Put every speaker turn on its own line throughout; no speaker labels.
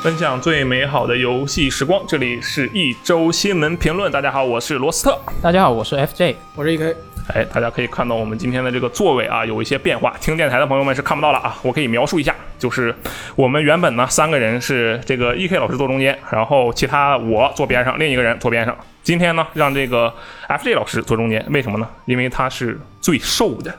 分享最美好的游戏时光。这里是一周新闻评论，大家好，我是罗斯特。
大家好，我是 FJ。
我是 EK，
哎，大家可以看到我们今天的这个座位啊有一些变化，听电台的朋友们是看不到了啊，我可以描述一下，就是我们原本呢三个人是这个 E.K 老师坐中间，然后其他我坐边上，另一个人坐边上。今天呢让这个 F.J 老师坐中间，为什么呢？因为他是最瘦的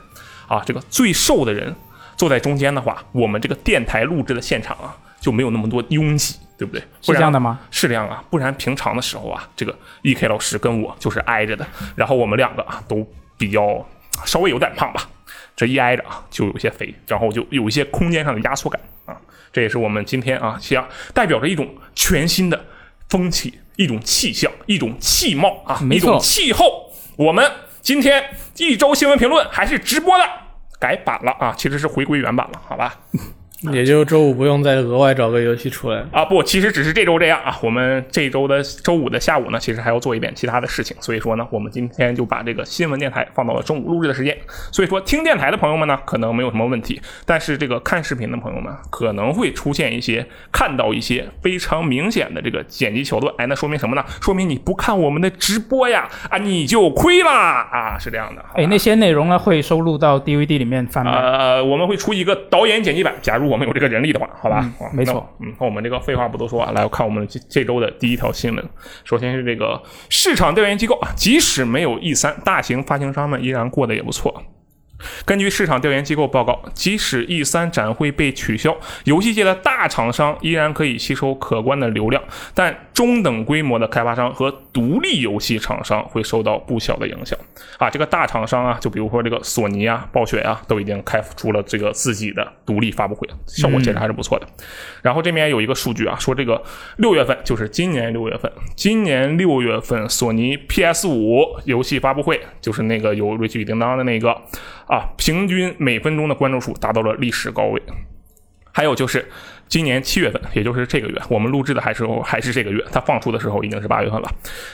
啊，这个最瘦的人坐在中间的话，我们这个电台录制的现场啊就没有那么多拥挤，对不对？
是这样的吗？
是这样啊，不然平常的时候啊，这个 E.K 老师跟我就是挨着的，然后我们两个啊都比较稍微有点胖吧，这一挨着啊就有些肥，然后就有一些空间上的压缩感啊，这也是我们今天啊想代表着一种全新的风气、一种气象、一种气貌啊，
没
一
错
种气候。我们今天一周新闻评论还是直播的，改版了啊，其实是回归原版了，好吧？
也就周五不用再额外找个游戏出来。
啊，不，其实只是这周这样啊。我们这周的周五的下午呢，其实还要做一点其他的事情，所以说呢，我们今天就把这个新闻电台放到了中午录制的时间。所以说，听电台的朋友们呢，可能没有什么问题，但是这个看视频的朋友们可能会出现一些看到一些非常明显的这个剪辑桥段。哎，那说明什么呢？说明你不看我们的直播呀，啊，你就亏啦啊，是这样的。好吧
哎，那些内容呢会收录到 DVD 里面贩卖。
啊
呃，我们会出一个导演剪辑版，假如我们有这个人力的话，好吧？啊
没错。
那嗯，那我们这个废话不多说啊，来看我们这这周的第一条新闻。首先是这个市场调研机构啊，即使没有 E 三，大型发行商们依然过得也不错。根据市场调研机构报告，即使 E 三展会被取消，游戏界的大厂商依然可以吸收可观的流量，但中等规模的开发商和独立游戏厂商会受到不小的影响。啊，这个大厂商啊，就比如说这个索尼啊、暴雪啊，都已经开出了这个自己的独立发布会，效果
嗯
其实还是不错的。然后这边有一个数据啊，说这个六月份，就是今年六月份，今年六月份索尼 PS 五游戏发布会，就是那个有《瑞奇与叮当》的那个啊，平均每分钟的关注数达到了历史高位。还有就是今年七月份，也就是这个月，我们录制的还是还是这个月，它放出的时候已经是八月份了。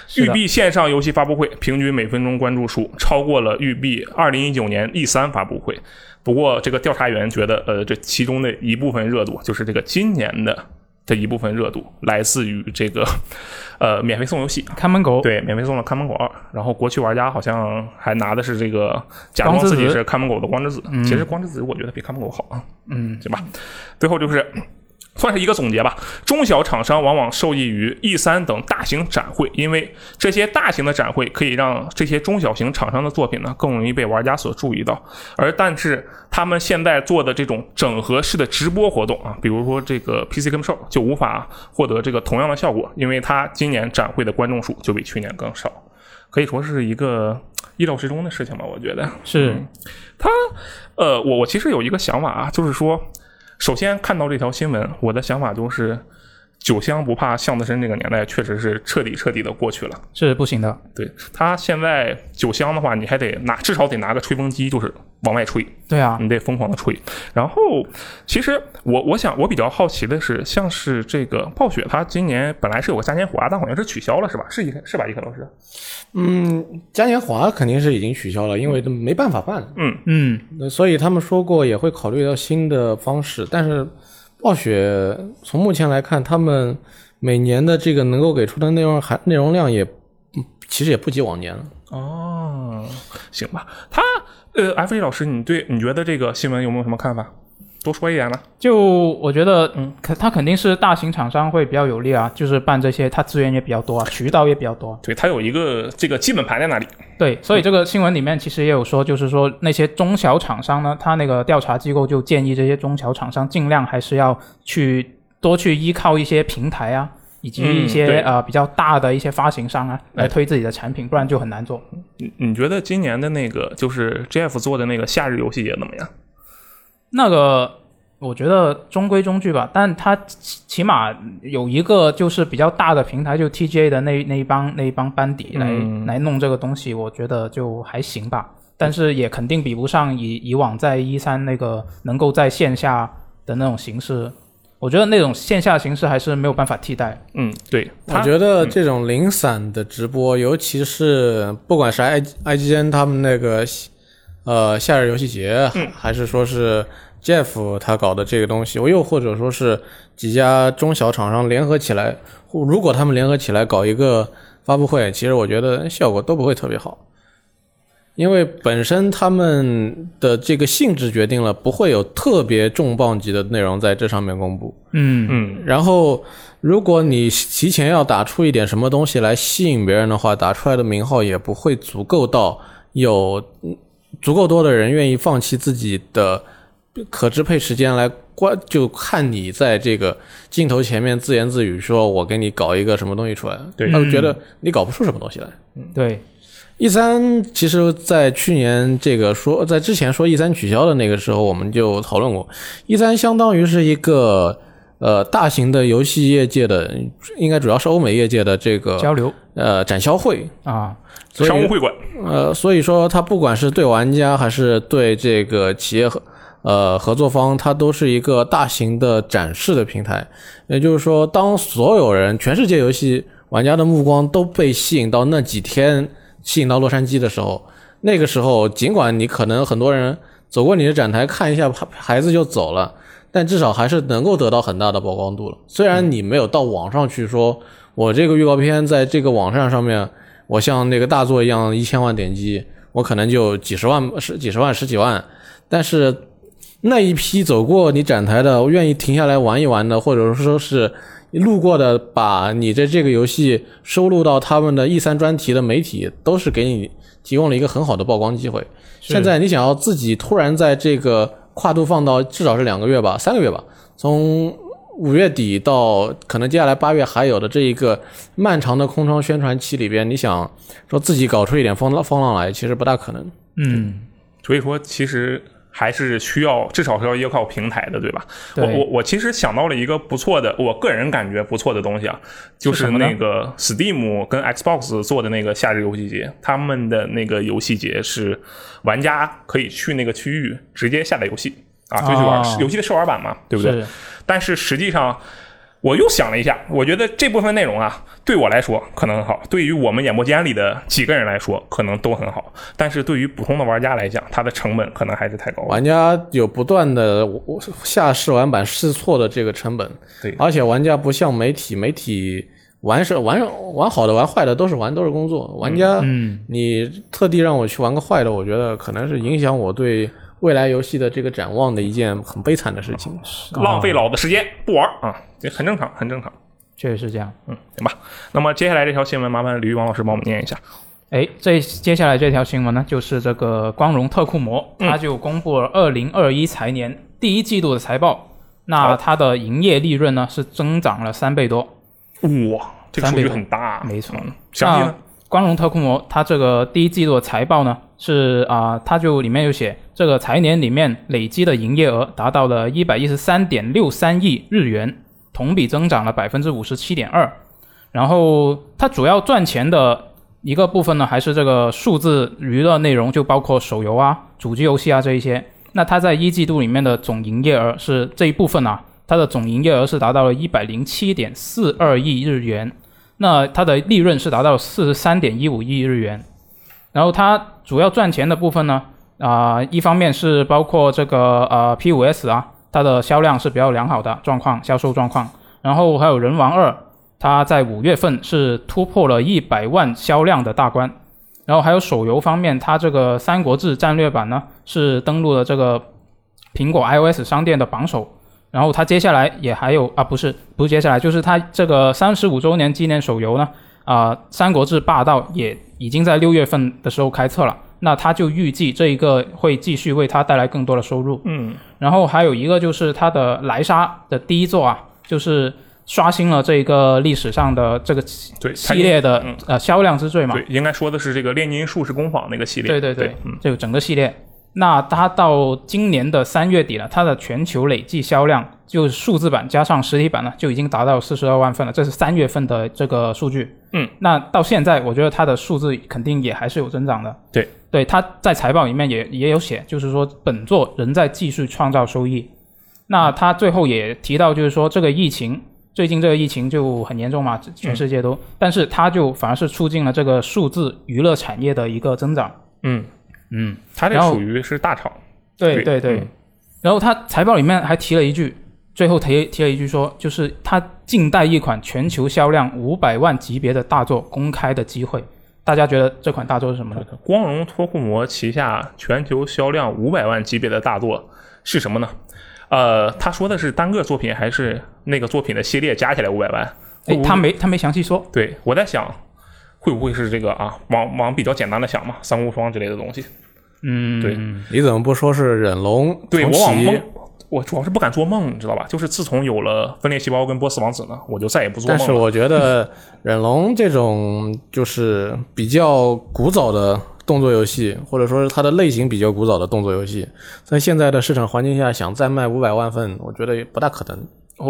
是
育
的
碧线上游戏发布会平均每分钟关注数超过了育碧二零一九年 E 三发布会。不过，这个调查员觉得，呃，这其中的一部分热度，就是这个今年的这一部分热度，来自于这个呃免费送游戏。
看门狗，
对，免费送了看门狗二，然后国区玩家好像还拿的是这个假装
光之
自己
子
是看门狗的光之子，其实光之子我觉得比看门狗好啊，
嗯，
行吧。最后就是算是一个总结吧。中小厂商往往受益于 E 三等大型展会，因为这些大型的展会可以让这些中小型厂商的作品呢更容易被玩家所注意到。而但是他们现在做的这种整合式的直播活动啊，比如说这个 PC Game Show 就无法获得这个同样的效果，因为它今年展会的观众数就比去年更少，可以说是一个意料之中的事情吧，我觉得。
是
嗯
呃，我我其实有一个想法啊，就是说，首先看到这条新闻，我的想法就是，酒香不怕巷子深，这个年代确实是彻底彻底的过去了。
是不行的。
对他现在酒香的话，你还得拿，至少得拿个吹风机，就是往外吹，
对啊，
你得疯狂的吹。然后，其实我我想我比较好奇的是，像是这个暴雪，它今年本来是有个嘉年华，但好像是取消了，是吧？是一是吧，一克老师？
嗯，嘉年华肯定是已经取消了，因为都没办法办。
嗯，
那所以他们说过也会考虑到新的方式，但是暴雪从目前来看，他们每年的这个能够给出的内容含内容量也嗯其实也不及往年了。
哦，行吧，他呃，F J 老师，你对你觉得这个新闻有没有什么看法？多说一点呢？
就我觉得，嗯，可他肯定是大型厂商会比较有利啊，就是办这些，他资源也比较多啊，渠道也比较多啊。
对他有一个这个基本盘在那里，
对，所以这个新闻里面其实也有说，就是说那些中小厂商呢，他那个调查机构就建议这些中小厂商尽量还是要去多去依靠一些平台啊，以及
嗯
一些、
对
呃比较大的一些发行商啊
哎
来推自己的产品，不然就很难做。
你你觉得今年的那个就是 Jeff 做的那个夏日游戏节怎么样？
那个我觉得中规中矩吧，但它起起码有一个就是比较大的平台，就 TGA 的那那一帮那一帮班底来、
嗯
来弄这个东西，我觉得就还行吧。但是也肯定比不上以以往在一三那个能够在线下的那种形式，我觉得那种线下形式还是没有办法替代。
嗯，对，
我
他
觉得这种零散的直播，尤其是不管是 i i g n 他们那个呃夏日游戏节，还是说是 Jeff 他搞的这个东西，又或者说是几家中小厂商联合起来，或如果他们联合起来搞一个发布会，其实我觉得效果都不会特别好，因为本身他们的这个性质决定了不会有特别重磅级的内容在这上面公布。
嗯，
嗯，
然后，如果你提前要打出一点什么东西来吸引别人的话，打出来的名号也不会足够到有嗯足够多的人愿意放弃自己的可支配时间来关，就看你在这个镜头前面自言自语说“我给你搞一个什么东西出来”，
对
他就觉得你搞不出什么东西来。
对，
E 三其实，在去年这个说，在之前说 E 三取消的那个时候，我们就讨论过，E 三相当于是一个呃大型的游戏业界的，应该主要是欧美业界的这个
交流
呃展销会，
啊，
所以
商务会馆，
呃，所以说它不管是对玩家还是对这个企业合呃合作方，它都是一个大型的展示的平台。也就是说，当所有人全世界游戏玩家的目光都被吸引到那几天，吸引到洛杉矶的时候，那个时候尽管你可能很多人走过你的展台看一下孩孩子就走了。但至少还是能够得到很大的曝光度了。虽然你没有到网上去说，我这个预告片在这个网站上面，我像那个大作一样一千万点击，我可能就几十万、十几十万、十几万，但是那一批走过你展台的，愿意停下来玩一玩的，或者说是路过的，把你的这个游戏收录到他们的 E 三专题的媒体，都是给你提供了一个很好的曝光机会。
是
现在你想要自己突然在这个跨度放到至少是两个月吧，三个月吧，从五月底到可能接下来八月还有的这一个漫长的空窗宣传期里边，你想说自己搞出一点风浪风浪来，其实不大可能。
嗯，
所以说其实还是需要，至少是要依靠平台的，对吧？我我
对，
我其实想到了一个不错的，我个人感觉不错的东西啊，就是是
什么呢
那个 Steam 跟 Xbox 做的那个夏日游戏节，他们的那个游戏节是玩家可以去那个区域直接下载游戏啊，就去玩、
哦
游戏的试玩版嘛，对不对？
是
但是实际上，我又想了一下，我觉得这部分内容啊，对我来说可能很好，对于我们演播间里的几个人来说，可能都很好，但是对于普通的玩家来讲，它的成本可能还是太高了。
哦
玩家有不断的我我下试玩版试错的这个成本，
对
而且玩家不像媒体，媒体玩是玩玩好的玩坏的都是玩都是工作，玩家
嗯，
你特地让我去玩个坏的，我觉得可能是影响我对未来游戏的这个展望的一件很悲惨的事情。
浪费老子时间，不玩儿啊，这很正常，很正常。
确实是这样。
嗯，行吧。那么接下来这条新闻，麻烦吕玉王老师帮我们念一下。
哎，这接下来这条新闻呢，就是这个光荣特库摩，它就公布了二零二一财年第一季度的财报。那
好
它的营业利润呢是增长了三倍多，
哇，这个数据很大，
没错
嗯。详细呢？
光荣特库摩它这个第一季度的财报呢，是啊、它就里面有写这个财年里面累积的营业额达到了一百一十三点六三亿日元，同比增长了百分之五十七点二。然后它主要赚钱的一个部分呢，还是这个数字娱乐内容，就包括手游啊、主机游戏啊这一些。那它在一季度里面的总营业额是这一部分啊，它的总营业额是达到了一百零七点四二亿日元，那它的利润是达到四十三点一五亿日元。然后它主要赚钱的部分呢，啊、一方面是包括这个呃 P 5 S 啊，它的销量是比较良好的状况，销售状况。然后还有人王二，它在五月份是突破了一百万销量的大关。然后还有手游方面，它这个《三国志战略版》呢是登陆了这个苹果 iOS 商店的榜首。然后它接下来也还有啊，不是不是接下来，就是它这个三十五周年纪念手游呢，啊、三国志霸道》也已经在六月份的时候开测了。那它就预计这一个会继续为它带来更多的收入。
嗯，
然后还有一个就是它的莱莎的第一座啊，就是刷新了这个历史上的这个系
对，
系列的、
嗯
呃销量之最嘛
对，，应该说的是这个炼金术士工坊那个系列。
对对对
对，嗯，
这个整个系列。那它到今年的三月底了，它的全球累计销量，就是数字版加上实体版呢，就已经达到四十二万份了，这是三月份的这个数据。
嗯，
那到现在，我觉得它的数字肯定也还是有增长的。
对，
对，它在财报里面也也有写，就是说本作仍在继续创造收益。那他最后也提到，就是说这个疫情，最近这个疫情就很严重嘛，全世界都，
嗯
但是它就反而是促进了这个数字娱乐产业的一个增长。
嗯，
嗯，
它这
然后
属于是大厂。
对
对
对对。
嗯
然后他财报里面还提了一句，最后提提了一句说，就是他静待一款全球销量五百万级别的大作公开的机会。大家觉得这款大作是什么呢？
光荣脱库摩旗下全球销量五百万级别的大作是什么呢？呃，他说的是单个作品还是那个作品的系列加起来五百万？会
哎
不，会
他没他没详细说，
对我在想，会不会是这个啊？往往比较简单的想嘛，三国无双之类的东西。
嗯，
对
你怎么不说是忍龙？
对
重
我往
启
梦，我主要是不敢做梦，你知道吧？就是自从有了分裂细胞跟波斯王子呢，我就再也不做
但
梦
是
了。
我觉得 忍龙这种就是比较古早的动作游戏，或者说是它的类型比较古早的动作游戏，在现在的市场环境下想再卖五百万份，我觉得也不大可能。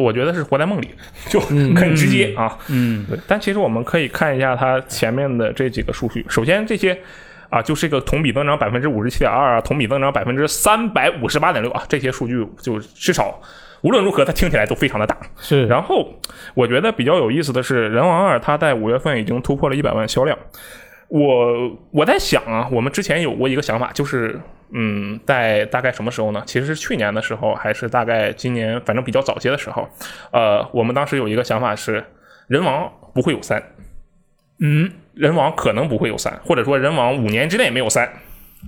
我觉得是活在梦里， 就很直接啊。
嗯，
对，但其实我们可以看一下它前面的这几个数据。首先，这些啊，就是一个同比增长百分之五十七点二啊，同比增长百分之三百五十八点六啊，这些数据就至少无论如何，它听起来都非常的大。
是，
然后我觉得比较有意思的是，《人王二》它在五月份已经突破了一百万销量。我我在想啊，我们之前有过一个想法，就是嗯，在大概什么时候呢？其实是去年的时候，还是大概今年，反正比较早些的时候，呃，我们当时有一个想法是，人王不会有三，
嗯，
人王可能不会有三，或者说人王五年之内没有三，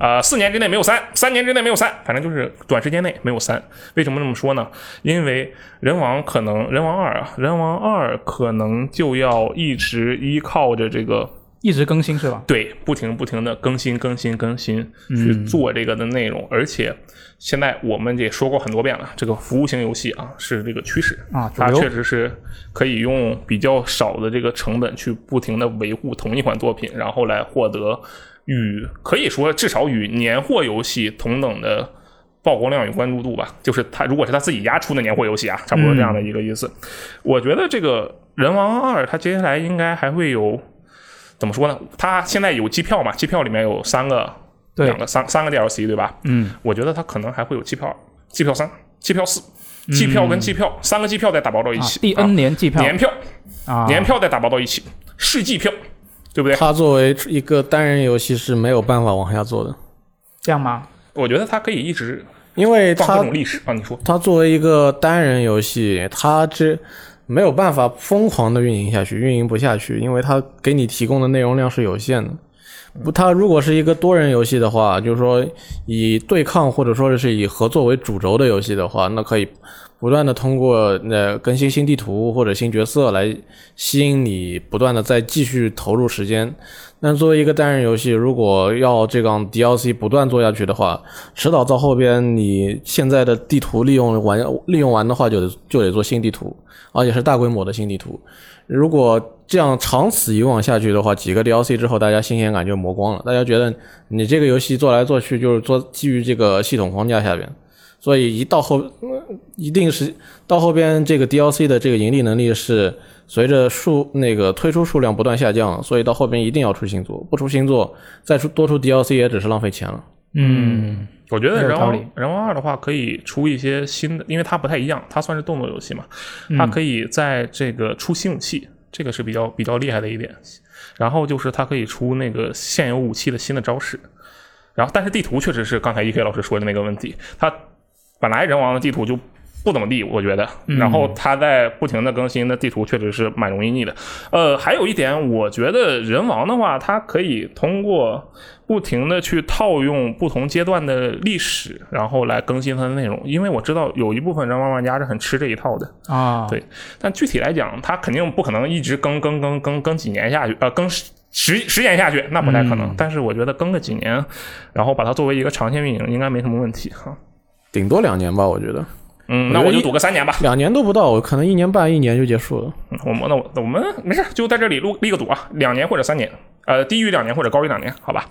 呃，四年之内没有三，三年之内没有三，反正就是短时间内没有三。为什么这么说呢？因为人王可能人王二啊，人王二可能就要一直依靠着这个
一直更新是吧？
对，不停不停的更新更新更新
嗯
去做这个的内容，而且现在我们也说过很多遍了，这个服务型游戏啊是这个趋势
啊主
它
流
确实是可以用比较少的这个成本去不停的维护同一款作品，然后来获得与可以说至少与年货游戏同等的。曝光量与关注度吧，就是他如果是他自己家出的年货游戏啊，差不多这
嗯
样的一个意思。我觉得这个《人王二》它接下来应该还会有怎么说呢？它现在有机票嘛，机票里面有三个、
对
两，个、三三个 DLC 对吧？
嗯，
我觉得它可能还会有机票二、机票三、机票四、机票跟机票、三个机票再打包到一
嗯啊
起，
第
啊
N 年季票
年票、
啊，
年票再打包到一起，世纪票，对不对？
它作为一个单人游戏是没有办法往下做的，
这样吗？
我觉得它可以一直
因为
放各
它
种历史啊。你说
它作为一个单人游戏，它这没有办法疯狂的运营下去，运营不下去，因为它给你提供的内容量是有限的。不，它如果是一个多人游戏的话，就是说以对抗或者说是以合作为主轴的游戏的话，那可以不断的通过呃更新新地图或者新角色来吸引你不断的再继续投入时间。但作为一个单人游戏，如果要这样 DLC 不断做下去的话，迟早到后边你现在的地图利用完利用完的话，就得就得做新地图，而且是大规模的新地图。如果这样长此以往下去的话，几个 DLC 之后，大家新鲜感就磨光了。大家觉得你这个游戏做来做去就是做基于这个系统框架下边，所以一到后嗯一定是到后边这个 DLC 的这个盈利能力是随着数那个推出数量不断下降，所以到后边一定要出新作，不出新作再出多出 DLC 也只是浪费钱了。
嗯，
我觉得
有
人
道
王
理
人王二的话可以出一些新的，因为它不太一样，它算是动作游戏嘛，它
嗯
可以在这个出新武器，这个是比较比较厉害的一点。然后就是它可以出那个现有武器的新的招式，然后但是地图确实是刚才 E K 老师说的那个问题，它本来人王的地图就。不怎么地，我觉得。然后它在不停的更新，那地图确实是蛮容易腻的。呃，还有一点，我觉得人王的话，它可以通过不停的去套用不同阶段的历史，然后来更新它的内容。因为我知道有一部分人王玩家是很吃这一套的，
啊，
对但具体来讲，它肯定不可能一直更更更更更几年下去，呃，更十十十年下去，那不太可能。
嗯
但是我觉得更个几年，然后把它作为一个长线运营，应该没什么问题哈。
顶多两年吧，我觉得
嗯，那
我觉
我
得
就
一
赌个三年吧。
两年都不到，我可能一年半一年就结束了。
嗯我们那我我们没事，就在这里录立个赌啊，两年或者三年，呃，低于两年或者高于两年，好吧。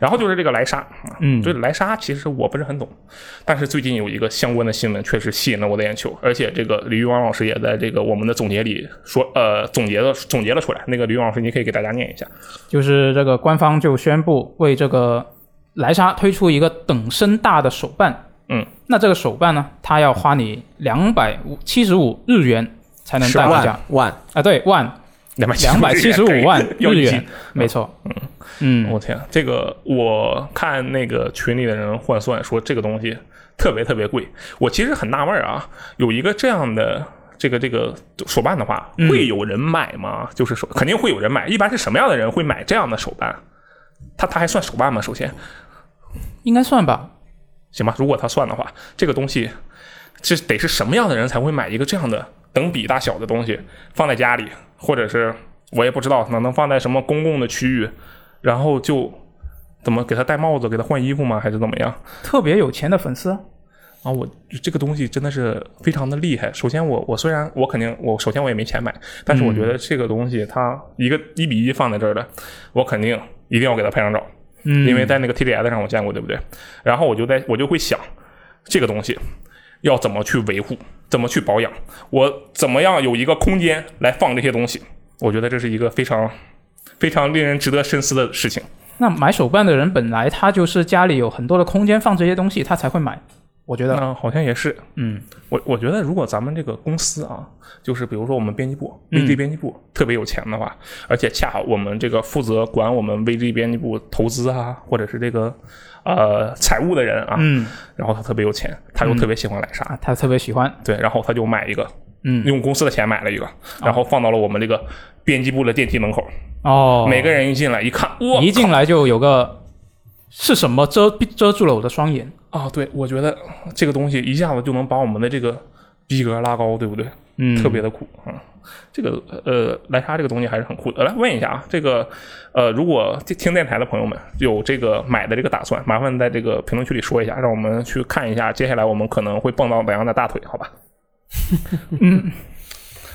然后就是这个莱莎，
嗯
这个莱莎其实我不是很懂，但是最近有一个相关的新闻确实吸引了我的眼球，而且这个李玉王老师也在这个我们的总结里说，呃，总结了总结了出来。那个李玉王老师，你可以给大家念一下。
就是这个官方就宣布为这个莱莎推出一个等身大的手办。
嗯，
那这个手办呢，它要花你两百五七十五日元才能带回家
万万，
啊，对，万
两百
两百七十五 万
要
日
一
元
集，
没错。嗯
我天，这个我看那个群里的人换算说，这个东西特别特别贵。我其实很纳闷儿啊，有一个这样的。这个这个手办的话，
嗯
会有人买吗？就是说，肯定会有人买。一般是什么样的人会买这样的手办？它它还算手办吗？首先，
应该算吧。
行吧，如果他算的话，这个东西这得是什么样的人才会买一个这样的等比大小的东西放在家里，或者是我也不知道，可能能放在什么公共的区域，然后就怎么给他戴帽子，给他换衣服吗？还是怎么样？
特别有钱的粉丝，
啊，我这个东西真的是非常的厉害。首先我，我虽然我肯定我首先我也没钱买，但是我觉得这个东西它一个一比一放在这儿的，我肯定一定要给它拍张照，
嗯
因为在那个 TGS 上我见过，对不对？然后我就在我就会想这个东西要怎么去维护，怎么去保养，我怎么样有一个空间来放这些东西，我觉得这是一个非常非常令人值得深思的事情。
那买手办的人本来他就是家里有很多的空间放这些东西，他才会买。我觉得，
那好像也是，
嗯
我我觉得，如果咱们这个公司啊，就是比如说我们编辑部
嗯
VG 编辑部、特别有钱的话，而且恰好我们这个负责管我们 VG 编辑部投资啊，或者是这个呃财务的人啊，
嗯
然后他特别有钱，他又特别喜欢莱莎，
啊，他特别喜欢，
对，然后他就买一个，
嗯啊
用公司的钱买了一个，然后放到了我们这个编辑部的电梯门口，
哦，
每个人一进来一看，哇，
一进来就有个是什么遮遮住了我的双眼，
啊，对，我觉得这个东西一下子就能把我们的这个逼格拉高，对不对？
嗯，
特别的酷啊、嗯这个呃，莱莎这个东西还是很酷的。来问一下啊，这个呃，如果听听电台的朋友们有这个买的这个打算，麻烦在这个评论区里说一下，让我们去看一下，接下来我们可能会蹦到莱昂的大腿，好吧？ 嗯，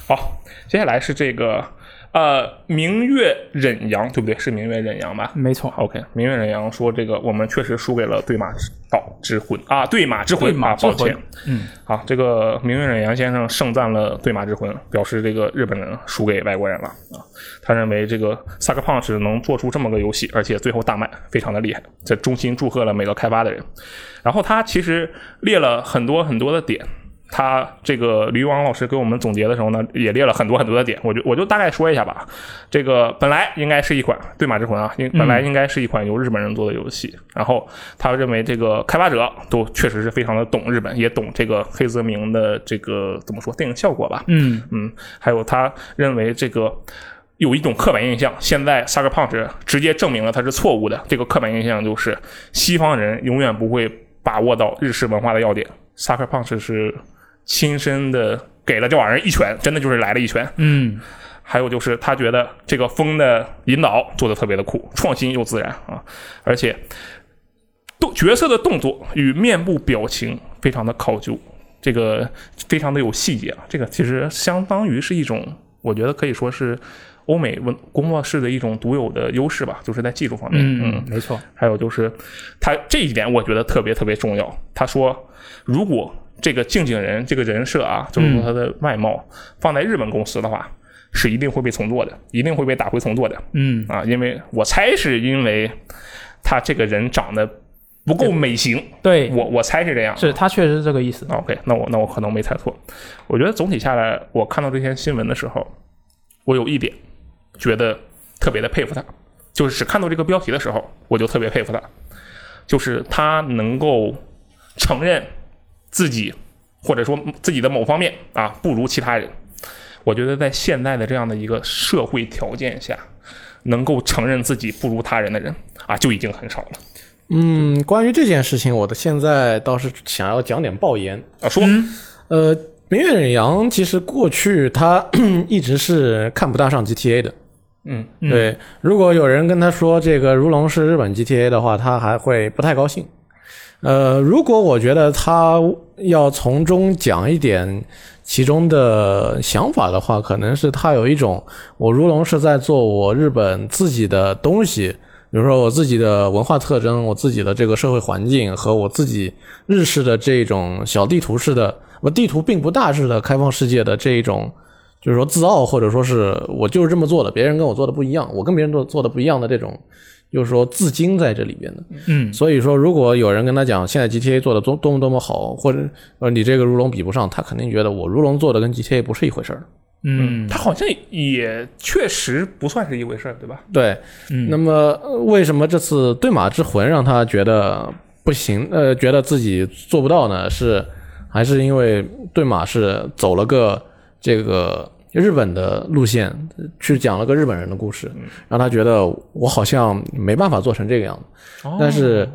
好，接下来是这个呃，明月忍阳，对不对？是明月忍阳吧？
没错，
OK，明月忍阳说：“这个我们确实输给了对马之岛之魂啊，对马之魂
对马
啊，
之
抱
魂
歉。
嗯，
好，这个明月忍阳先生盛赞了对马之魂，表示这个日本人输给外国人了啊。他认为这个萨克胖是能做出这么个游戏，而且最后大卖，非常的厉害。这衷心祝贺了每个开发的人。然后他其实列了很多很多的点。”他这个吕王老师给我们总结的时候呢，也列了很多很多的点，我就我就大概说一下吧。这个本来应该是一款《对马之魂》啊，应本来应该是一款由日本人做的游戏。然后他认为这个开发者都确实是非常的懂日本，也懂这个黑泽明的这个怎么说电影效果吧。
嗯
嗯，还有他认为这个有一种刻板印象，现在 Sucker Punch 直接证明了它是错误的。这个刻板印象就是西方人永远不会把握到日式文化的要点。Sucker Punch 是亲身的给了这玩意儿一拳，真的就是来了一拳。
嗯，
还有就是他觉得这个风的引导做的特别的酷，创新又自然啊，而且动角色的动作与面部表情非常的考究，这个非常的有细节啊。这个其实相当于是一种，我觉得可以说是欧美文工作室的一种独有的优势吧，就是在技术方面。
嗯，没错，
还有就是他这一点我觉得特别特别重要。他说，如果这个静景人这个人设啊，就是说他的外貌、放在日本公司的话，是一定会被重做的，一定会被打回重做的
嗯，
啊，因为我猜是因为他这个人长得不够美型，
对，
我我猜是这样。
是他确实是这个意思，
OK，那我那我可能没猜错。我觉得总体下来，我看到这篇新闻的时候，我有一点觉得特别的佩服他，就是只看到这个标题的时候，我就特别佩服他，就是他能够承认自己或者说自己的某方面啊不如其他人。我觉得在现在的这样的一个社会条件下，能够承认自己不如他人的人啊，就已经很少了
嗯，关于这件事情，我的现在倒是想要讲点爆言。
啊。说，
呃，明月忍阳其实过去他 一直是看不大上 GTA 的。
嗯，
对，如果有人跟他说这个如龙是日本 GTA 的话，他还会不太高兴。呃，如果我觉得他要从中讲一点其中的想法的话，可能是他有一种我如龙是在做我日本自己的东西，比如说我自己的文化特征、我自己的这个社会环境和我自己日式的这种小地图式的，我地图并不大式的开放世界的这一种，就是说自傲或者说是我就是这么做的，别人跟我做的不一样，我跟别人做做的不一样的这种，就是说自矜在这里边的。
嗯
所以说，如果有人跟他讲现在 GTA 做的多多么多么好，或者呃你这个如龙比不上，他肯定觉得我如龙做的跟 GTA 不是一回事儿。
嗯
他好像也确实不算是一回事儿，对吧？
对，
嗯
那么呃为什么这次对马之魂让他觉得不行，呃，觉得自己做不到呢？是还是因为对马是走了个这个日本的路线，去讲了个日本人的故
嗯
事，让他觉得我好像没办法做成这个样子。
哦
但是，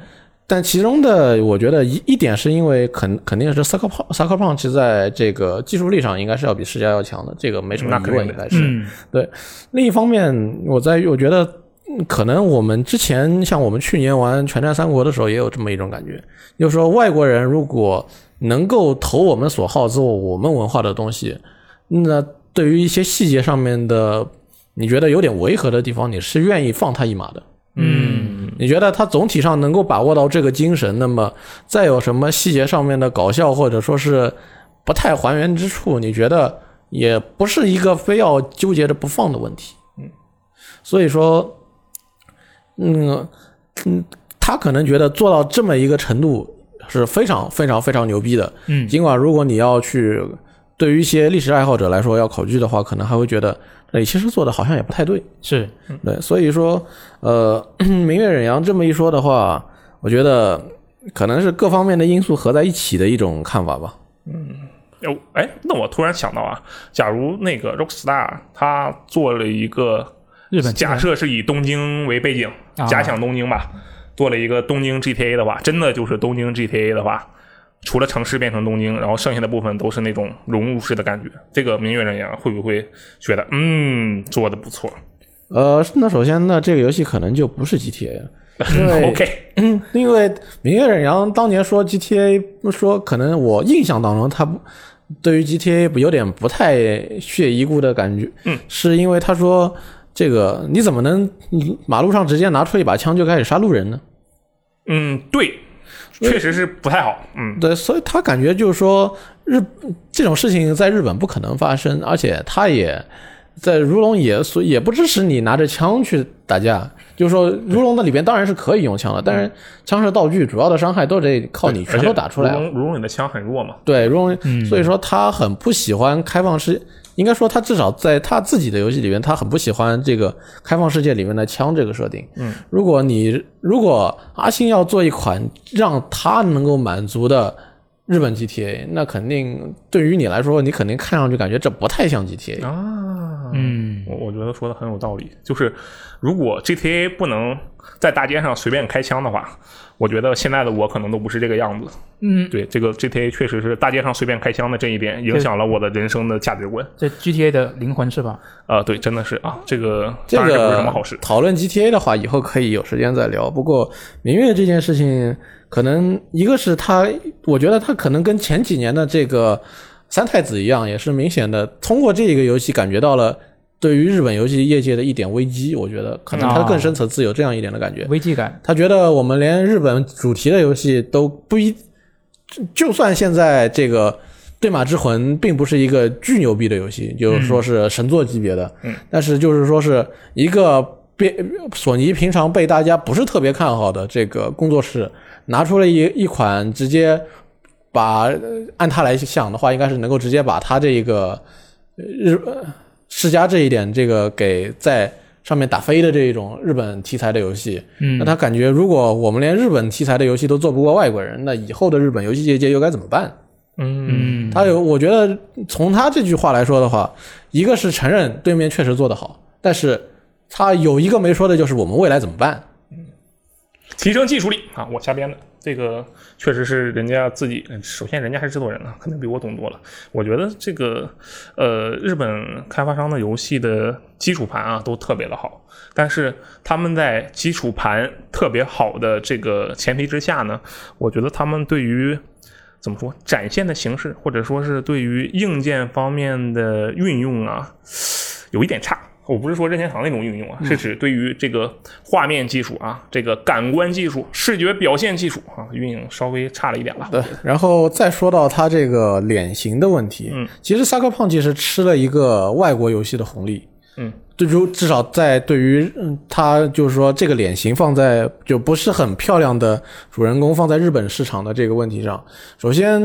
但其中的我觉得一一点是因为肯肯定是萨克胖萨克胖其实在这个技术力上应该是要比世嘉要强的，这个没什么
那
疑
肯定
问，
的
应该是。
嗯，
另一方面，我在我觉得嗯可能我们之前像我们去年玩《全战三国》的时候，也有这么一种感觉，就是说外国人如果能够投我们所好做我们文化的东西，那对于一些细节上面的你觉得有点违和的地方，你是愿意放他一马的。
嗯，
你觉得他总体上能够把握到这个精神，那么再有什么细节上面的搞笑或者说是不太还原之处，你觉得也不是一个非要纠结着不放的问题。嗯，所以说，嗯嗯，他可能觉得做到这么一个程度是非常非常非常牛逼的。
嗯
尽管如果你要去对于一些历史爱好者来说要考据的话，可能还会觉得你其实做的好像也不太对。
是
对，所以说，呃， 明月忍阳这么一说的话，我觉得可能是各方面的因素合在一起的一种看法吧。
嗯
哎哎，那我突然想到啊，假如那个 Rockstar 他做了一个
日本
假设是以东京为背景，
啊
假想东京吧，做了一个东京 GTA 的话，真的就是东京 GTA 的话，除了城市变成东京，然后剩下的部分都是那种融入式的感觉，这个明月人阳会不会觉得嗯做的不错
呃，那首先呢，这个游戏可能就不 是 GTA，因啊为
？OK，
因为明月忍阳当年说 GTA，说可能我印象当中他不对于 GTA 有点不太屑一顾的感觉，
嗯，
是因为他说这个你怎么能你马路上直接拿出一把枪就开始杀路人呢？
嗯，对，确实是不太好，嗯，
对，所以他感觉就是说日这种事情在日本不可能发生，而且他也在如龙也所以也不支持你拿着枪去打架。就是说，如龙的里边当然是可以用枪的，但是枪是道具，主要的伤害都得靠你
嗯而
拳
且
头打出来
如。龙如龙你的枪很弱嘛，
对，如龙，所以说他很不喜欢开放世，应该说他至少在他自己的游戏里面，他很不喜欢这个开放世界里面的枪这个设定。嗯，如果你如果阿星要做一款让他能够满足的日本 GTA，那肯定对于你来说，你肯定看上去感觉这不太像 GTA。
啊，
嗯
我我觉得说的很有道理，就是如果 GTA 不能在大街上随便开枪的话，我觉得现在的我可能都不是这个样子。
嗯，
对，这个 GTA 确实是大街上随便开枪的这一点，影响了我的人生的价值观。
这 GTA 的灵魂是吧？
啊，对，真的是啊，这个
这
当然这不是什么
个
好事。
讨论 GTA 的话，以后可以有时间再聊。不过明月这件事情，可能一个是他，我觉得他可能跟前几年的这个三太子一样，也是明显的通过这个游戏感觉到了对于日本游戏业界的一点危机。我觉得可能他
哦
啊
更深层次有这样一点的感觉。
危机感，
他觉得我们连日本主题的游戏都不一，就就算现在这个《对马之魂》并不是一个巨牛逼的游戏，就是说是神作级别的，
嗯，
但是就是说是一个被索尼平常被大家不是特别看好的这个工作室拿出了一一款直接把呃按它来想的话，应该是能够直接把它这一个呃日呃世嘉这一点这个给在上面打飞的这一种日本题材的游戏，
嗯
那他感觉，如果我们连日本题材的游戏都做不过外国人，那以后的日本游戏业界又该怎么办？
嗯，
他有，我觉得从他这句话来说的话，一个是承认对面确实做得好，但是他有一个没说的就是我们未来怎么办？
提升技术力啊，我瞎编的。这个确实是人家自己，嗯首先人家还是制作人啊，肯定比我懂多了。我觉得这个，呃，日本开发商的游戏的基础盘啊都特别的好，但是他们在基础盘特别好的这个前提之下呢，我觉得他们对于怎么说展现的形式，或者说是对于硬件方面的运用啊，有一点差。我不是说任天堂那种运用啊，是指对于这个画面技术啊、这个感官技术、视觉表现技术啊，运用稍微差了一点吧。
对，然后再说到他这个脸型的问题，
嗯，
其实萨克胖其实吃了一个外国游戏的红利，
嗯，
对，如至少在对于嗯他就是说这个脸型放在就不是很漂亮的主人公放在日本市场的这个问题上，首先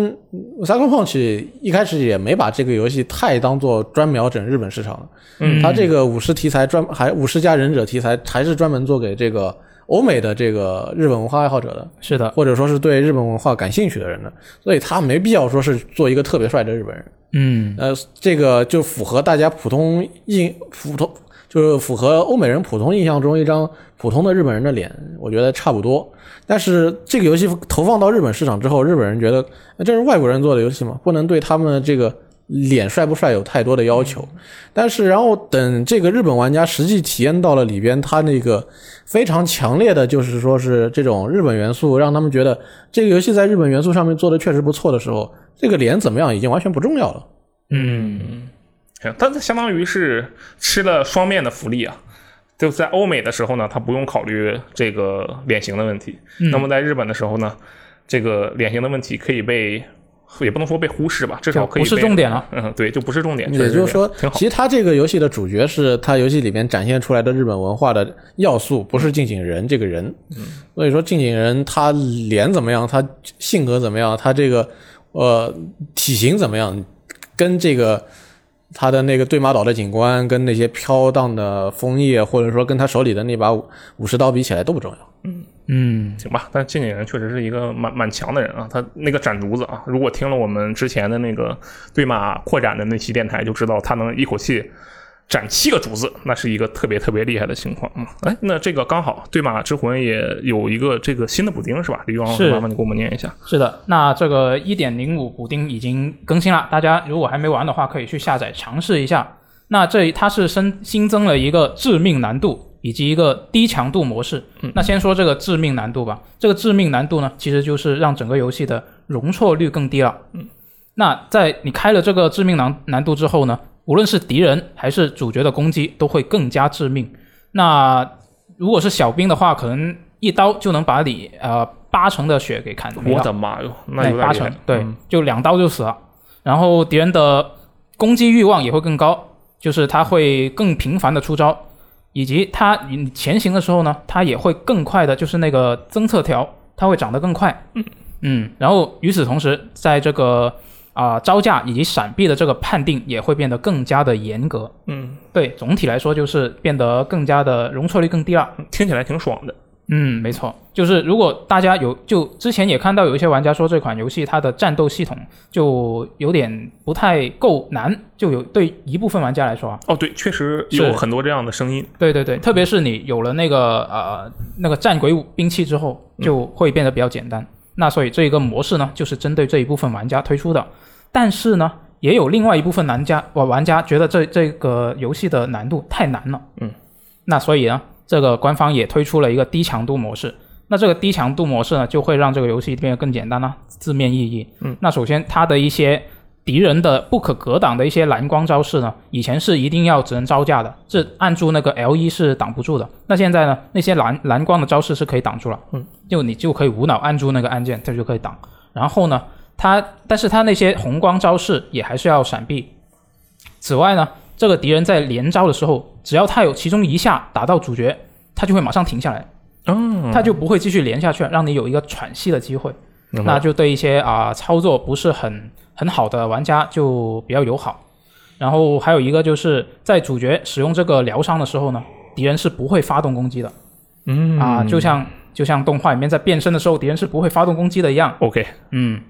萨克胖其一开始也没把这个游戏太当做专瞄准日本市场的，
嗯
他这个武士题材专还武士加忍者题材还是专门做给这个欧美的这个日本文化爱好者的，
是的，
或者说是对日本文化感兴趣的人的，所以他没必要说是做一个特别帅的日本人。
嗯，
呃，这个就符合大家普通印普通，就是符合欧美人普通印象中一张普通的日本人的脸，我觉得差不多。但是这个游戏投放到日本市场之后，日本人觉得呃这是外国人做的游戏嘛，不能对他们这个脸帅不帅有太多的要求。但是然后等这个日本玩家实际体验到了里边他那个非常强烈的，就是说是这种日本元素，让他们觉得这个游戏在日本元素上面做的确实不错的时候，这个脸怎么样已经完全不重要了。
嗯，行，但这相当于是吃了双面的福利啊。就在欧美的时候呢，他不用考虑这个脸型的问题；那么在日本的时候呢，这个脸型的问题可以被，也不能说被忽视吧，至少
就
可以
不是
被
重。点了。
嗯，对，就不是重点。确
也
实
就是
这样
说
挺，好。
其实它这个游戏的主角是它游戏里面展现出来的日本文化的要素，不是近景人这个人。所以说近景人他脸怎么样，他性格怎么样，他这个呃体型怎么样，跟这个他的那个对马岛的景观，跟那些飘荡的枫叶，或者说跟他手里的那把武武士刀比起来都不重要。
嗯，
行吧，但近景人确实是一个蛮蛮强的人啊，他那个斩竹子啊，如果听了我们之前的那个对马扩展的那期电台，就知道他能一口气斩七个竹子，那是一个特别特别厉害的情况啊。哎，那这个刚好对马之魂也有一个这个新的补丁是吧？李玉王老师，
是
麻烦你给我们念一下。
是的，那这个一点零五补丁已经更新了，大家如果还没玩的话，可以去下载尝试一下。那这它是新新增了一个致命难度以及一个低强度模式。那先说这个致命难度吧，这个致命难度呢，其实就是让整个游戏的容错率更低了。嗯，那在你开了这个致命难难度之后呢，无论是敌人还是主角的攻击都会更加致命。那如果是小兵的话，可能一刀就能把你呃八成的血给砍没
我
了。
的妈哟，那
那
有点
哎八
厉害嗯
成，。对，就两刀就死了。然后敌人的攻击欲望也会更高，就是他会更频繁的出招，以及他你前行的时候呢，他也会更快的，就是那个增测条，它会长得更快。嗯然后与此同时，在这个啊、招架以及闪避的这个判定也会变得更加的严格。
嗯，
对，总体来说就是变得更加的容错率更低了。
听起来挺爽的。
嗯，没错，就是如果大家有就之前也看到有一些玩家说这款游戏它的战斗系统就有点不太够难，就有对一部分玩家来说啊，
哦，对，确实
是嗯
有很多这样的声音。
对对
嗯
对，特别是你有了那个呃那个战鬼兵器之后，就会变得比较简单。那所以这一个模式呢，就是针对这一部分玩家推出的。但是呢，也有另外一部分玩家玩玩家觉得这这个游戏的难度太难了。
嗯，
那所以呢，这个官方也推出了一个低强度模式。那这个低强度模式呢，就会让这个游戏变得更简单啦、字面意义。
嗯，
那首先它的一些敌人的不可格挡的一些蓝光招式呢，以前是一定要只能招架的，这按住那个 L 一是挡不住的。那现在呢，那些蓝蓝光的招式是可以挡住了，
嗯，
就你就可以无脑按住那个按键，它就可以挡。然后呢，它但是它那些红光招式也还是要闪避。此外呢，这个敌人在连招的时候，只要他有其中一下打到主角，他就会马上停下来，
嗯，
他就不会继续连下去了，让你有一个喘息的机会。
明白
那就对一些啊、操作不是很很好的玩家就比较友好。然后还有一个就是在主角使用这个疗伤的时候呢，敌人是不会发动攻击的
嗯
啊、就像就像动画里面在变身的时候，敌人是不会发动攻击的一样。
OK，
嗯，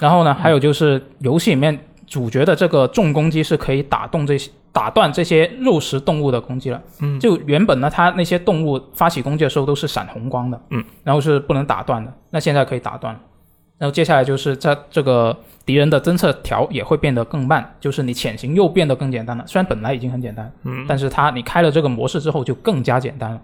然后呢，还有就是游戏里面主角的这个重攻击是可以打动这些打断这些肉食动物的攻击了。嗯，就原本呢，它那些动物发起攻击的时候都是闪红光的，
嗯，
然后是不能打断的，那现在可以打断了。然后接下来就是在这个敌人的侦测条也会变得更慢，就是你潜行又变得更简单了。虽然本来已经很简单，嗯，但是它你开了这个模式之后就更加简单了。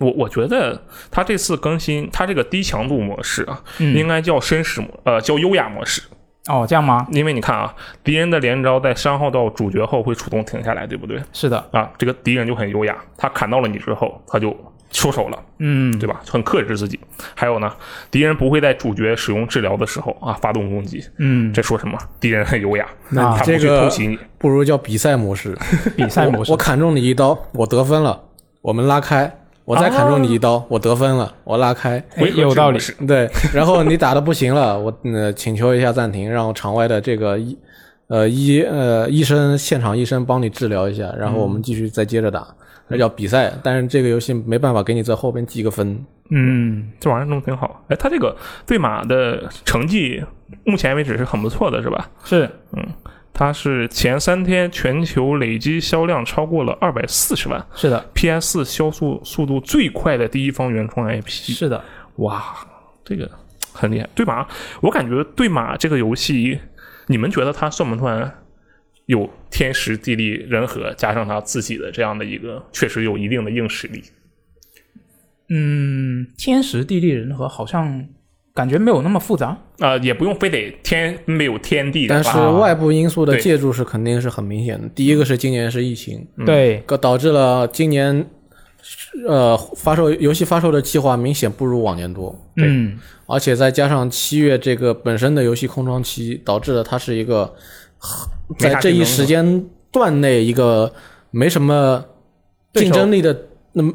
我我觉得他这次更新，他这个低强度模式啊，
嗯
应该叫绅士模，呃，叫优雅模式。
哦，这样吗？
因为你看啊，敌人的连招在伤害到主角后会主动停下来，对不对？
是的，
啊，这个敌人就很优雅，他砍到了你之后，他就收手了，
嗯，
对吧？很克制自己。还有呢，敌人不会在主角使用治疗的时候啊发动攻击，
嗯，
这说什么？敌人很优雅，
那哎
他不
这
去
个
偷袭你。
不如叫比赛模式。
比赛模式
我，我砍中你一刀，我得分了，我们拉开。我再砍中你一刀，我得分了，我拉开。
哎
回合制
有道理
模 式
对，然后你打的不行了，我呃请求一下暂停，让场外的这个一呃医呃医生现场医生帮你治疗一下，然后我们继续再接着打，那叫比赛。但是这个游戏没办法给你在后边记个分，
嗯，这玩意儿弄得挺好。哎，他这个对马的成绩目前为止是很不错的，是吧？
是
它是前三天全球累计销量超过了二百四十万
是的，
，PS 销售速度最快的第一方原创 IP。
是的，
哇，这个很厉害。对马，我感觉对马这个游戏，你们觉得它算不算有天时地利人和，加上它自己的这样的一个，确实有一定的硬实力？
嗯，天时地利人和好像感觉没有那么复杂，
啊、也不用非得天没有天地的
但
吧，
是外部因素的
啊对
借助是肯定是很明显的。第一个是今年是疫情，
对，
个导致了今年呃发售游戏发售的计划明显不如往年多，
对
嗯，
而且再加上七月这个本身的游戏空窗期，导致了它是一个
没
在
啥竞争
这一时间段内一个没什么竞争力的。那么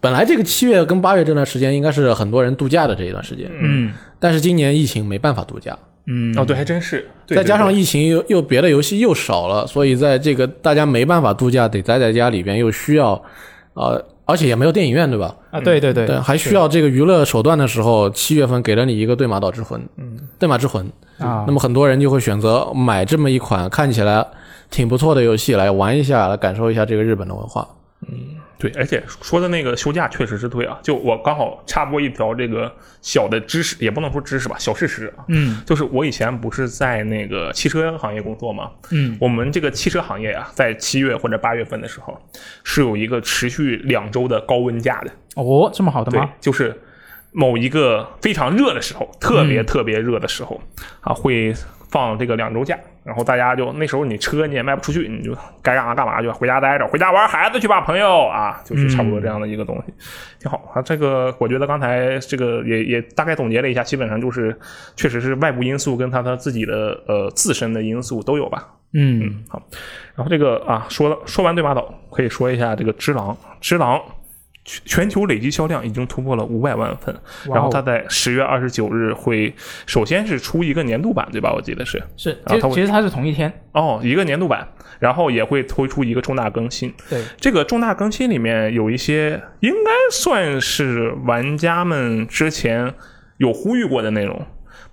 本来这个七月跟八月这段时间应该是很多人度假的这一段时间，
嗯
但是今年疫情没办法度假，
嗯，
哦，对，还真是，对
再加上
对
疫情又又别的游戏又少了，所以在这个大家没办法度假，得待在家里边，又需要，呃，而且也没有电影院，对吧？
啊，对对对，
对，还需要这个娱乐手段的时候，七月份给了你一个《对马岛之魂》，嗯，《对马之魂》
啊
那么很多人就会选择买这么一款看起来挺不错的游戏来玩一下，来感受一下这个日本的文化。
对，而且说的那个休假确实是对啊，就我刚好插播一条这个小的知识，也不能说知识吧，小事实啊，
嗯
就是我以前不是在那个汽车行业工作嘛，
嗯，
我们这个汽车行业啊，在七月或者八月份的时候，是有一个持续两周的高温假的，
哦，这么好的
对
吗？，
就是某一个非常热的时候，特别
嗯
特别热的时候、啊，会放这个两周假，然后大家就那时候你车你也卖不出去，你就该干嘛干嘛去，回家待着，回家玩孩子去吧，朋友啊，就是差不多这样的一个东西，挺好啊。这个我觉得刚才这个也也大概总结了一下，基本上就是确实是外部因素跟他他自己的呃自身的因素都有吧，
嗯，
好，然后这个啊，说了说完对马岛，可以说一下这个《只狼》。《只狼》全全球累计销量已经突破了五百万份，
哇哦
然后它在十月二十九日会首先是出一个年度版，对吧？我记得是
是，
啊
其
他
实
会
其实它是同一天，
哦，一个年度版，然后也会推出一个重大更新。
对，
这个重大更新里面有一些应该算是玩家们之前有呼吁过的内容，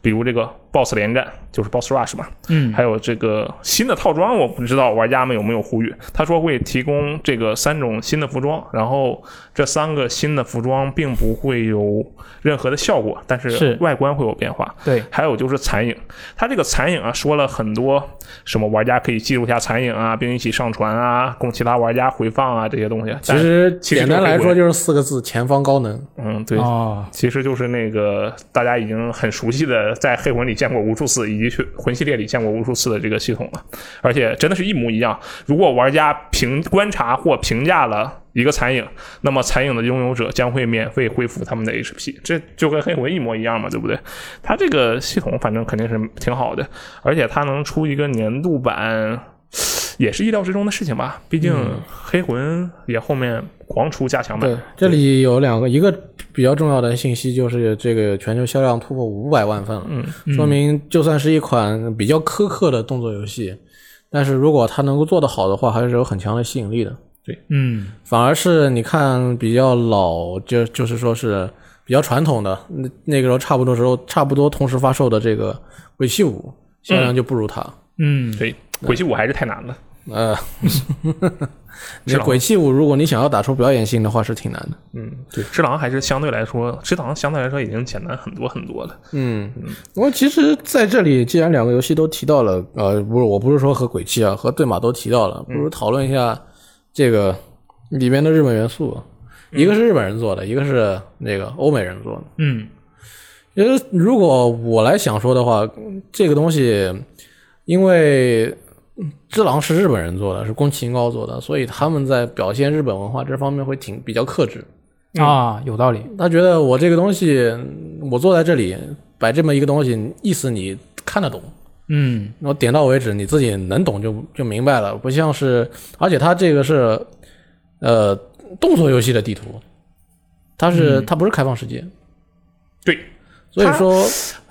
比如这个 BOSS 连战，就是 BOSS rush 嘛，
嗯
还有这个新的套装，我不知道玩家们有没有呼吁。他说会提供这个三种新的服装，然后这三个新的服装并不会有任何的效果，但是
是
外观会有变化。
对，
还有就是残影，它这个残影啊，说了很多什么玩家可以记录下残影啊，并一起上传啊，供其他玩家回放啊这些东西。
其实
其实
简单来
这个
说就是四个字：前方高能。
但，嗯，对，
哦，
其实就是那个大家已经很熟悉的，在黑魂里见过无数次，以及去魂系列里见过无数次的这个系统了，而且真的是一模一样。如果玩家评观察或评价了一个残影，那么残影的拥有者将会免费恢复他们的 HP，这就跟黑魂一模一样嘛，对不对？它这个系统反正肯定是挺好的，而且它能出一个年度版。也是意料之中的事情吧，毕竟黑魂也后面狂出加强版，
对，这里有两个，一个比较重要的信息就是这个全球销量突破五百万份了，嗯，说明就算是一款比较苛刻的动作游戏，但是如果它能够做得好的话，还是有很强的吸引力的。
嗯
反而是你看比较老，就就是说是比较传统的那那个时候差不多时候差不多同时发售的这个《鬼泣五》
嗯
销量就不如它。
嗯，
对，回去我还是太难了。
呃，你
是吧
《鬼泣五》如果你想要打出表演性的话，是挺难的。
嗯，对，只狼还是相对来说，只狼相对来说已经简单很多很多了。
嗯，我其实在这里，既然两个游戏都提到了，呃，不是，我不是说和鬼泣啊，和对马都提
嗯
到了，不如讨论一下这个里面的日本元素。
嗯
一个是日本人做的，一个是那个欧美人做的。
嗯
其实如果我来想说的话，这个东西，因为嗯只狼是日本人做的，是宫崎英高做的，所以他们在表现日本文化这方面会挺比较克制。
啊，有道理，
他觉得我这个东西，嗯我坐在这里摆这么一个东西，意思你看得懂，
嗯
然后点到为止，你自己能懂就就明白了，不像是，而且它这个是，呃，动作游戏的地图，它是、它不是开放世界，
对，
所以说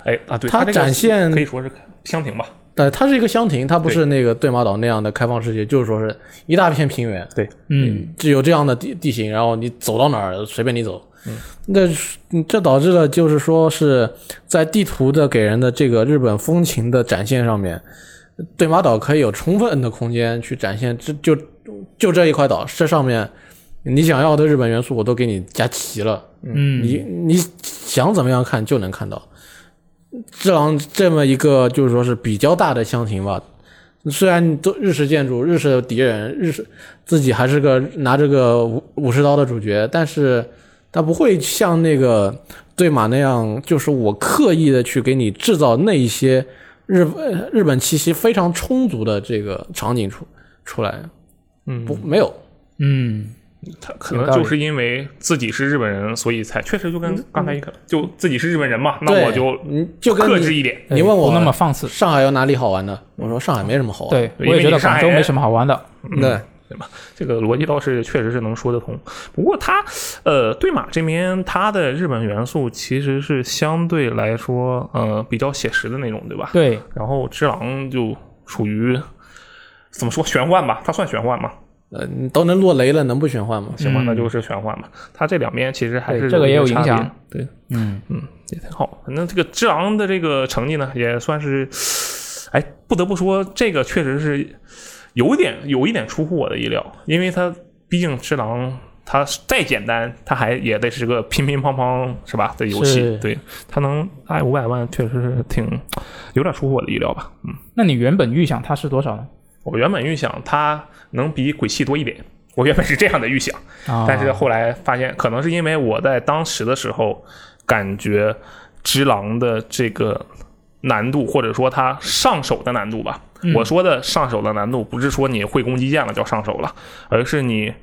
哎啊，对，
它
这个
展现
可以说是相挺吧。
但它是一个乡亭，它不
对
是那个对马岛那样的开放世界，就是说是一大片平原，
对，
嗯，
只有这样的地地形，然后你走到哪儿随便你走。那是这导致了就是说是在地图的给人的这个日本风情的展现上面，对马岛可以有充分的空间去展现，这就就这一块岛，这上面你想要的日本元素我都给你加齐了，
嗯
你你想怎么样看就能看到。这样这么一个就是说是比较大的乡情吧，虽然都日式建筑、日式敌人、日式自己还是个拿着个武武士刀的主角，但是他不会像那个对马那样，就是我刻意的去给你制造那一些日本日本气息非常充足的这个场景出出来，
嗯
不没有，
嗯，
他可能就是因为自己是日本人，所以才确实就跟刚才一个，就自己是日本人嘛，那
嗯对
我就
你就跟
克制
你
一点。
你问我
不那么放肆，
上海有哪里好玩的，我说上海没什么好玩，
对
对因
我
为
也觉
你
得
是
广州
海人
没什么好玩的，
对，
嗯这个逻辑倒是确实是能说得通。不过他，呃，对马这边他的日本元素其实是相对来说，呃，比较写实的那种，对吧？
对，
然后之狼就属于怎么说玄幻吧，它算玄幻嘛？
呃，你都能落雷了，能不玄幻吗？
行吧，
嗯
那就是玄幻吧。它这两边其实还
对
是
这个也有
差
影
别
响，
对，
嗯
嗯，也挺好。反正这个之狼的这个成绩呢，也算是，哎，不得不说，这个确实是有一点有一点出乎我的意料，因为他毕竟之狼。它再简单，它还也得是个乒乒乓乓，是吧？的游戏
是，
对它能爱五百万，确实是挺有点出乎我的意料吧。嗯，
那你原本预想它是多少呢？
我原本预想它能比鬼泣多一点，我原本是这样的预想，
啊，
但是后来发现，可能是因为我在当时的时候感觉之狼的这个难度，或者说它上手的难度吧。我说的上手的难度，不是说你会攻击键了叫上手了，而是你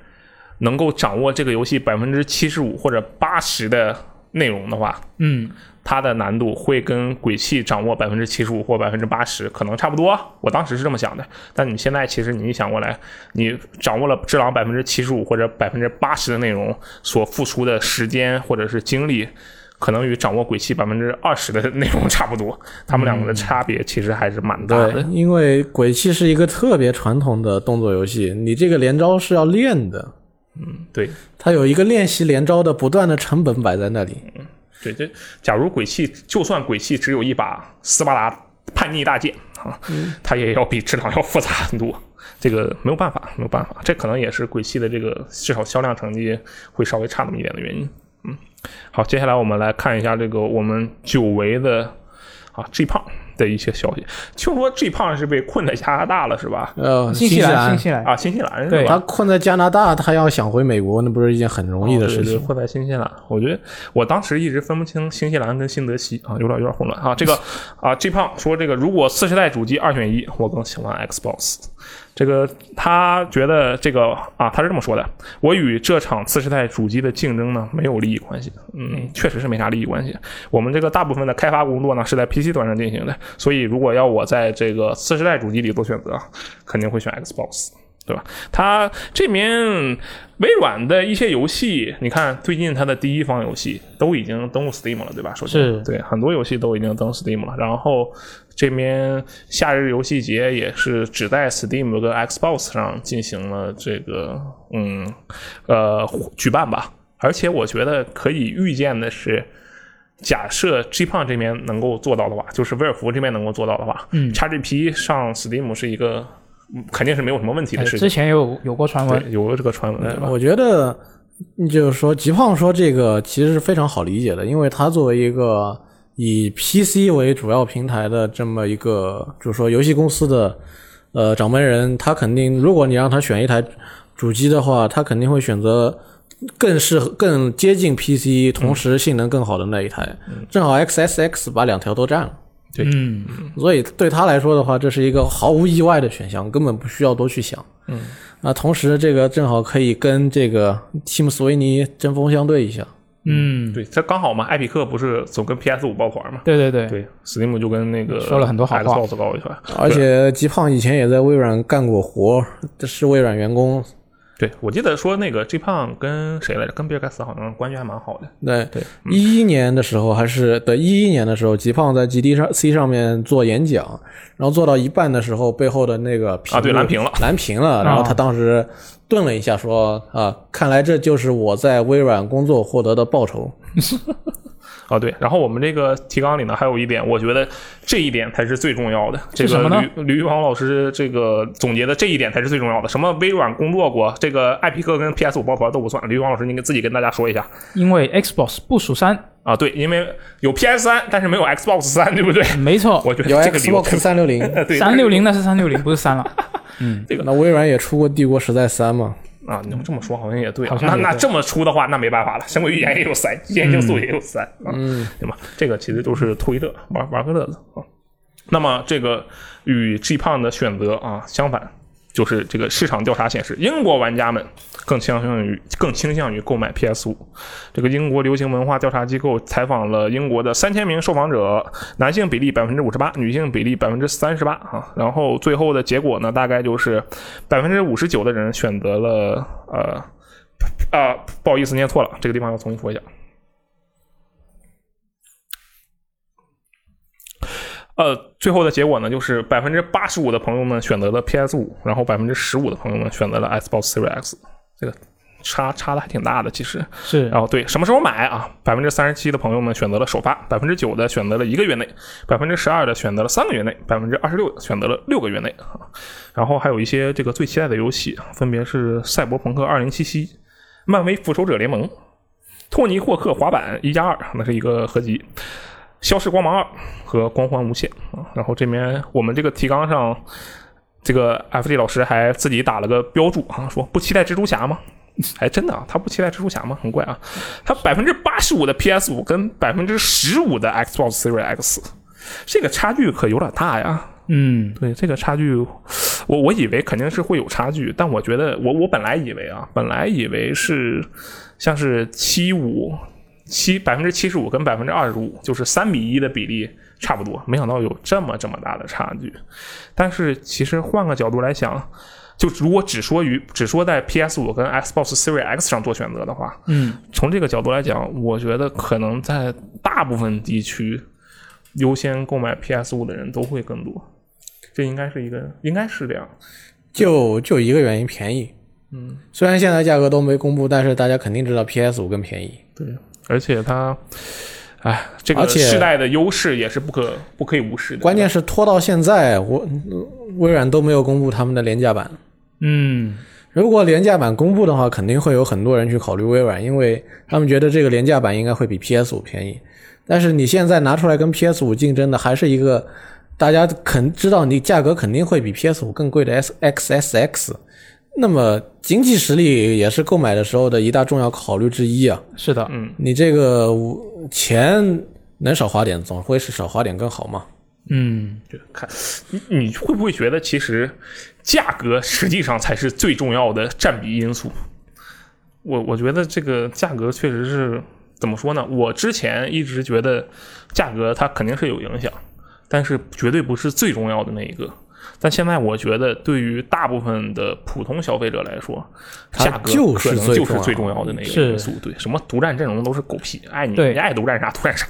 能够掌握这个游戏百分之七十五或者八十的内容的话，
嗯
它的难度会跟鬼泣掌握百分之七十五或百分之八十可能差不多。我当时是这么想的，但你现在其实你一想过来，你掌握了《只狼》百分之七十五或者百分之八十的内容，所付出的时间或者是精力，可能与掌握鬼泣百分之二十的内容差不多。他们两个的差别其实还是蛮大的。
对，因为鬼泣是一个特别传统的动作游戏，你这个连招是要练的，
对
它有一个练习连招的不断的成本摆在那里。
对对，假如鬼泣就算鬼泣只有一把斯巴达叛逆大剑啊，
嗯
它也要比智囊要复杂很多。这个没有办法，没有办法，这可能也是鬼泣的这个至少销量成绩会稍微差那么一点的原因。嗯，好，接下来我们来看一下这个我们久违的啊 G 胖的一些消息。听说 G 胖是被困在加拿大了是吧？
呃，
新
西
西兰，新西兰，
啊，新西兰是吧？
对
他困在加拿大，他要想回美国，那不是一件很容易的事
哦对对，
情。
会在新西兰。我觉得我当时一直分不清新西兰跟新泽西啊，有点有点混乱啊。这个啊，G 胖说这个如果四十代主机二选一，我更喜欢 Xbox。这个他觉得这个啊，他是这么说的：我与这场次世代主机的竞争呢没有利益关系，嗯，确实是没啥利益关系。我们这个大部分的开发工作呢是在 PC 端上进行的，所以如果要我在这个次世代主机里做选择，肯定会选 Xbox。对吧？它这边微软的一些游戏，你看最近它的第一方游戏都已经登陆 Steam 了，对吧？首先
是
对，很多游戏都已经登 Steam 了。然后这边夏日游戏节也是只在 Steam 跟 Xbox 上进行了这个嗯呃举办吧。而且我觉得可以预见的是，假设 G 胖这边能够做到的话，就是威尔福这边能够做到的话，嗯，XGP 上 Steam 是一个嗯肯定是没有什么问题
哎
的事情
之。前有有过传闻，
对，有了这个传
哎
闻，对吧？
我觉得，就是说，吉胖说这个其实是非常好理解的，因为他作为一个以 PC 为主要平台的这么一个，就是说游戏公司的呃掌门人，他肯定，如果你让他选一台主机的话，他肯定会选择更适合、更接近 PC，同时性能更好的那一台。
嗯
正好 XSX 把两条都占了。
嗯，
所以对他来说的话，这是一个毫无意外的选项，根本不需要多去想。嗯，啊，同时这个正好可以跟这个蒂姆·斯维尼针锋相对一下。
嗯，
对，这刚好嘛，艾比克不是总跟 PS 五抱团嘛？
对对对，
对，Steam 就跟那个
说了很多好话
Xbox 搞一圈，
而且吉胖以前也在微软干过活，这是微软员工，
对，我记得说那个 G 胖跟谁来着？跟比尔盖茨好像关系还蛮好的。
对对，
嗯
一一年的时候还是对一一年的时候，吉胖在 GD 上 C 上面做演讲，然后做到一半的时候，背后的那个屏幕
啊对蓝屏了，啊
蓝屏了，然后他当时顿了一下，说啊，看来这就是我在微软工作获得的报酬。
啊，对，然后我们这个提纲里呢，还有一点，我觉得这一点才是最重要的。这
什
个
么呢
吕吕玉煌老师这个总结的这一点才是最重要的。什么微软工作过，这个艾皮克跟 PS 五抱团都不算。吕玉煌老师，你给自己跟大家说一下
因为 Xbox 部署三，
啊。对，因为有 PS 三，但是没有 Xbox 三，对不对？
没错，
我觉
有
得这个理由
Xbox 三六零，
对
三六零那是三六零，不是三 了。
那微软也出过《帝国时代三》嘛？
啊，你要这么说好像也对啊。
好像也
那那
对
这么出的话，那没办法了。神鬼预言也有三，言情素也有三，嗯，对吧？这个其实都是图一乐，玩玩个乐子啊。那么这个与 G 胖的选择啊相反，就是这个市场调查显示，英国玩家们更倾向于更倾向于购买 PS 五。这个英国流行文化调查机构采访了英国的三千名受访者，男性比例百分之五十八，女性比例百分之三十八啊。然后最后的结果呢，大概就是百分之五十九的人选择了呃。啊、不好意思，念错了，这个地方要重新说一下。呃，最后的结果呢，就是百分之八十五的朋友们选择了 PS 五，然后百分之十五的朋友们选择了 Xbox Series X，这个差差的还挺大的，其实。
是
然后对，什么时候买啊？百分之三十七的朋友们选择了首发，百分之九的选择了一个月内，百分之十二的选择了三个月内，百分之二十六的选择了六个月内啊。然后还有一些这个最期待的游戏，分别是《赛博朋克二零七七》、《漫威复仇者联盟》、《托尼霍克滑板一加二》，那是一个合集。消失光芒二和光环无限啊，然后这边我们这个提纲上，这个 FD 老师还自己打了个标注啊，说不期待蜘蛛侠吗？还真的啊，他不期待蜘蛛侠吗？很怪啊，他百分之八十五的 PS 五跟百分之十五的 Xbox Series X，这个差距可有点大呀。
嗯，
对这个差距，我我以为肯定是会有差距，但我觉得我我本来以为啊，本来以为是像是七五七百分之七十五跟百分之二十五，就是三比一的比例差不多，没想到有这么这么大的差距。但是其实换个角度来想，就如果只说于只说在 PS 五跟 Xbox Series X 上做选择的话，
嗯，
从这个角度来讲，我觉得可能在大部分地区，优先购买 PS 五的人都会更多。这应该是一个，应该是这样。
就就一个原因，便宜。嗯，虽然现在价格都没公布，但是大家肯定知道 PS 五更便宜。
对，而且它，哎，这个
而且
世代的优势也是不可不可以无视的。
关键是拖到现在，我微软都没有公布他们的廉价版。
嗯，
如果廉价版公布的话，肯定会有很多人去考虑微软，因为他们觉得这个廉价版应该会比 PS 五便宜。但是你现在拿出来跟 PS 五竞争的，还是一个大家肯知道你价格肯定会比 PS 五更贵的 S X S X。那么经济实力也是购买的时候的一大重要考虑之一啊。
是的，
嗯
你这个五钱能少花点，总会是少花点更好嘛。
嗯，
就看你你会不会觉得，其实价格实际上才是最重要的占比因素？我我觉得这个价格确实是怎么说呢？我之前一直觉得价格它肯定是有影响，但是绝对不是最重要的那一个。但现在我觉得，对于大部分的普通消费者来说，
它
价格
就是
可能
最
就是
重
最
要
重要的那个
是
因素。对，什么独占阵容都是狗屁，爱你
对
你爱独占啥独占啥。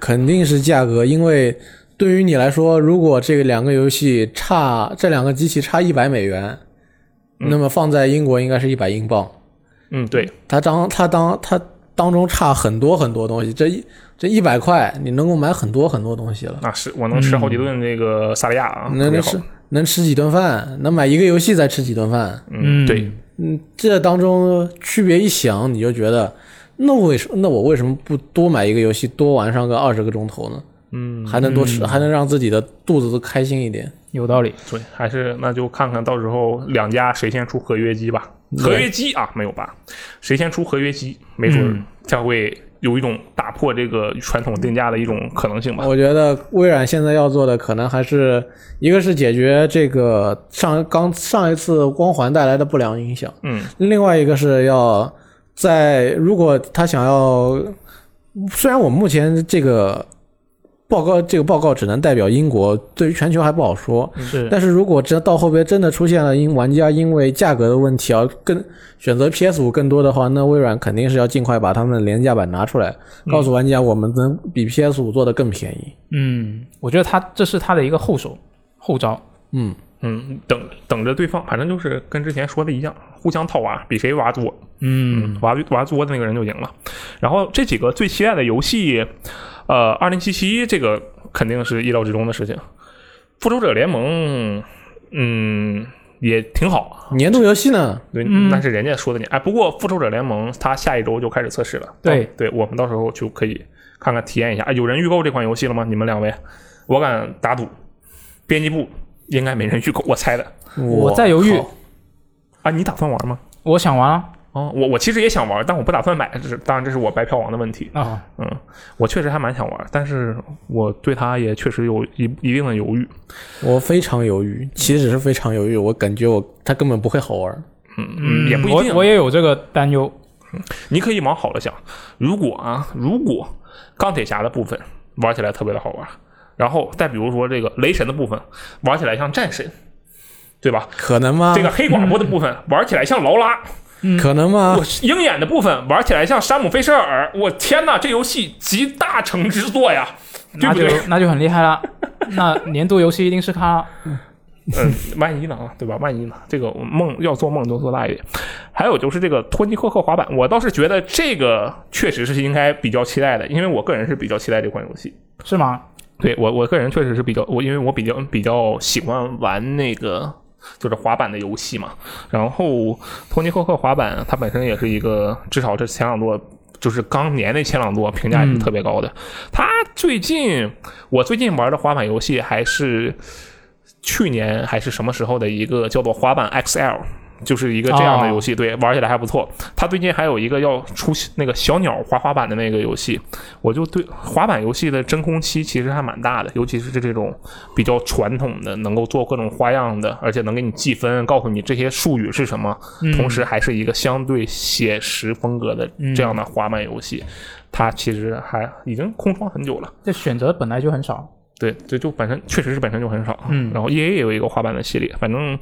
肯定是价格，因为对于你来说，如果这两个游戏差，这两个机器差一百美元，那么放在英国应该是一百英镑。
嗯，对，
它当它当它当中差很多很多东西，这一这一百块你能够买很多很多东西了，
那是我能吃好几顿这个萨莉亚啊，
能
特别
能
好
吃能吃几顿饭，能买一个游戏再吃几顿饭。
嗯，
嗯
对，
嗯，这当中区别一想，你就觉得，那为什那我为什么不多买一个游戏，多玩上个二十个钟头呢？嗯，还能多吃，还能让自己的肚子都开心一点。
有道理。
对，还是那就看看到时候两家谁先出合约机吧。
对
合约机啊，没有吧？谁先出合约机，没准儿将会有一种打破这个传统定价的一种可能性吧。
我觉得微软现在要做的，可能还是一个是解决这个上刚上一次光环带来的不良影响，
嗯，
另外一个是要在如果他想要，虽然我目前这个报告这个报告只能代表英国，对于全球还不好说。
嗯
是
但是如果真到后边真的出现了因玩家因为价格的问题而更选择 PS 五更多的话，那微软肯定是要尽快把他们的廉价版拿出来，告诉玩家我们能比 PS 五做的更便宜。
嗯，我觉得他这是他的一个后手后招，
嗯，
嗯，等等着对方，反正就是跟之前说的一样，互相套娃，比谁娃多，
嗯，
娃娃作的那个人就赢了。然后这几个最期待的游戏，呃，二零七七这个肯定是意料之中的事情。复仇者联盟，嗯，也挺好，
年度游戏呢？
对，那是人家说的你。哎，不过复仇者联盟它下一周就开始测试了，
嗯对
到对，我们到时候就可以看看体验一下。哎，有人预购这款游戏了吗？你们两位，我敢打赌，编辑部应该没人预购，我猜的。
我在犹豫
靠
啊，你打算玩吗？
我想啊完了
哦，我我其实也想玩，但我不打算买，这是当然这是我白嫖王的问题。
啊，
嗯，我确实还蛮想玩，但是我对它也确实有一一定的犹豫。
我非常犹豫，其实是非常犹豫，我感觉我它根本不会好玩。
嗯嗯，也不一定。
我我也有这个担忧，
你可以往好了想，如果啊，如果钢铁侠的部分玩起来特别的好玩，然后再比如说这个雷神的部分玩起来像战神，对吧？
可能吗？
这个黑寡妇的部分玩起来像劳拉，
可能吗
我？鹰眼的部分玩起来像山姆·菲舍尔。我天哪，这游戏集大成之作呀， 对
那
不
就
对？
那就很厉 害了。那年度游戏一定是他，啊
嗯，万一呢啊，对吧？万一呢？这个梦要做梦就做大一点。还有就是这个托尼科克滑板，我倒是觉得这个确实是应该比较期待的，因为我个人是比较期待这款游戏。
是吗？
对我我个人确实是比较我，因为我比较比较喜欢玩那个就是滑板的游戏嘛。然后托尼·霍克滑板它本身也是一个，至少这前两座就是刚年的前两座评价也是特别高的。它最近我最近玩的滑板游戏还是去年还是什么时候的一个叫做滑板 XL。就是一个这样的游戏，对，玩起来还不错。它最近还有一个要出那个小鸟滑滑板的那个游戏，我就对滑板游戏的真空期其实还蛮大的，尤其是这种比较传统的，能够做各种花样的，而且能给你计分，告诉你这些术语是什么，
嗯
同时还是一个相对写实风格的这样的滑板游戏，它其实还已经空窗很久了。
这选择本来就很少，
对，这就本身确实是本身就很少。
嗯
然后 E A 也有一个滑板的系列，反正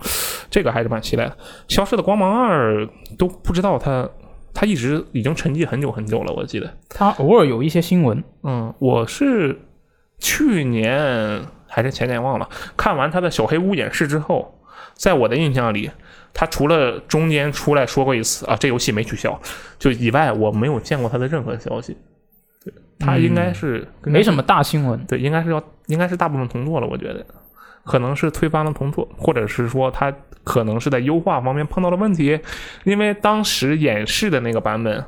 这个还是蛮期待的。消失的光芒二都不知道它，它一直已经沉寂很久很久了，我记得。
他偶尔有一些新闻，
嗯，我是去年还是前年忘了，看完他的《小黑屋》演示之后，在我的印象里，他除了中间出来说过一次啊，这游戏没取消，就以外，我没有见过他的任何消息。对，他应该是、
没什
么，
么大新闻。
对，应该是要应该是大部分重做了，我觉得。可能是推翻了同做，或者是说他可能是在优化方面碰到了问题，因为当时演示的那个版本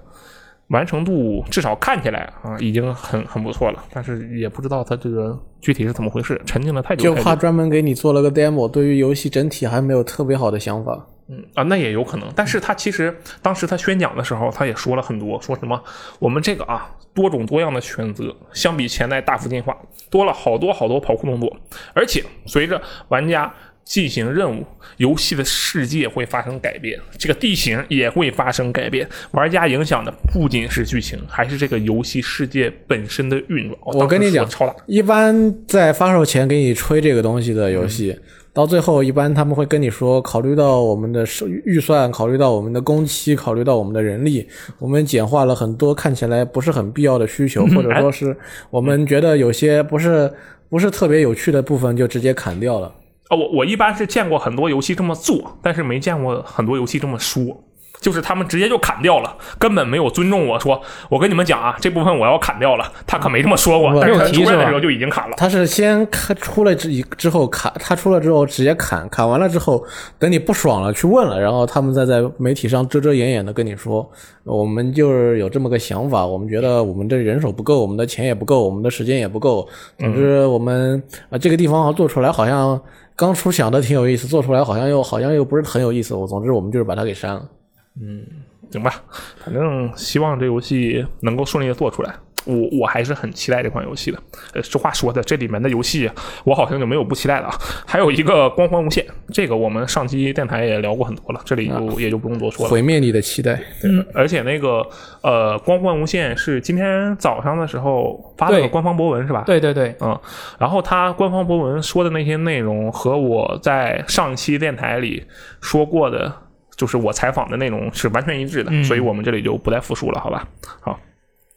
完成度至少看起来啊已经很很不错了，但是也不知道它这个具体是怎么回事，沉浸了太久
就
太久
怕专门给你做了个 demo，对于游戏整体还没有特别好的想法。
嗯啊，那也有可能。但是他其实当时他宣讲的时候，他也说了很多，说什么我们这个啊多种多样的选择，相比前代大幅进化，多了好多好多跑酷动作，而且随着玩家。进行任务，游戏的世界会发生改变，这个地形也会发生改变。玩家影响的不仅是剧情，还是这个游戏世界本身的运转。
我跟你
当时说
讲
超大
一般在发售前给你吹这个东西的游戏，到最后一般他们会跟你说，考虑到我们的收预算，考虑到我们的工期，考虑到我们的人力，我们简化了很多看起来不是很必要的需求，或者说是我们觉得有些不是不是特别有趣的部分就直接砍掉了。
啊，我我一般是见过很多游戏这么做，但是没见过很多游戏这么说，就是他们直接就砍掉了，根本没有尊重我说，我跟你们讲啊，这部分我要砍掉了，他可没这么说过，
我
但是
嗯没
他
有
出
提
来
是
的
吧
时候就已经砍了。
他是先砍出了之之后砍，他出了之后直接砍，砍完了之后，等你不爽了去问了，然后他们再在媒体上遮遮掩掩的跟你说，我们就是有这么个想法，我们觉得我们这人手不够，我们的钱也不够，我们的时间也不够，
嗯
总之我们啊、这个地方做出来好像刚出想的挺有意思，做出来好像又好像又不是很有意思，我总之我们就是把它给删了。
行吧，反正希望这游戏能够顺利的做出来。我我还是很期待这款游戏的。呃，这话说的，这里面的游戏我好像就没有不期待的啊。还有一个《光环无限》，这个我们上期电台也聊过很多了，这里
啊
就也就不用多说了。
毁灭你的期待。
嗯
对，而且那个呃，《光环无限》是今天早上的时候发了个
对
官方博文是吧？
对对对，
嗯，然后他官方博文说的那些内容和我在上期电台里说过的，就是我采访的内容是完全一致的，
嗯
所以我们这里就不再复述了，好吧？好。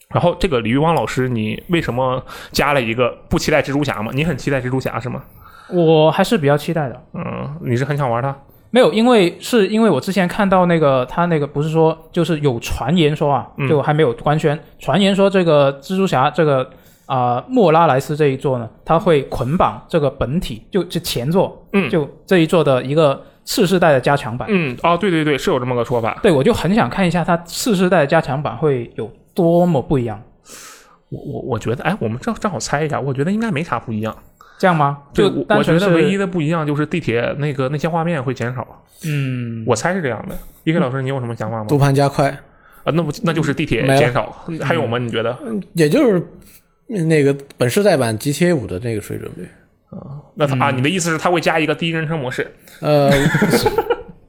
然后这个李玉光老师，你为什么加了一个不期待蜘蛛侠吗？你很期待蜘蛛侠是吗？
我还是比较期待的。
嗯，你是很想玩它？
没有，因为是因为我之前看到那个他那个不是说就是有传言说啊，
嗯
就还没有官宣，传言说这个蜘蛛侠这个啊、莫拉莱斯这一座呢，他会捆绑这个本体，就就前作，
嗯
就这一座的一个次世代的加强版。
嗯，哦，对对对，是有这么个说法。
对，我就很想看一下它次世代的加强版会有多么不一样，
我我我觉得，哎，我们正正好猜一下，我觉得应该没啥不一样。
这样吗？
对
就
我
单
我觉
纯
得
是
唯一的不一样就是地铁那个那些画面会减少，
嗯，
我猜是这样的。E K 老师，你有什么想法吗？
读盘加快，
啊，那不那就是地铁
没了嗯
减少，还有吗？你觉得？
也就是那个本世代版 GTA 五的那个水准呗。
那他
嗯
啊，你的意思是他会加一个第一人称模式？
呃，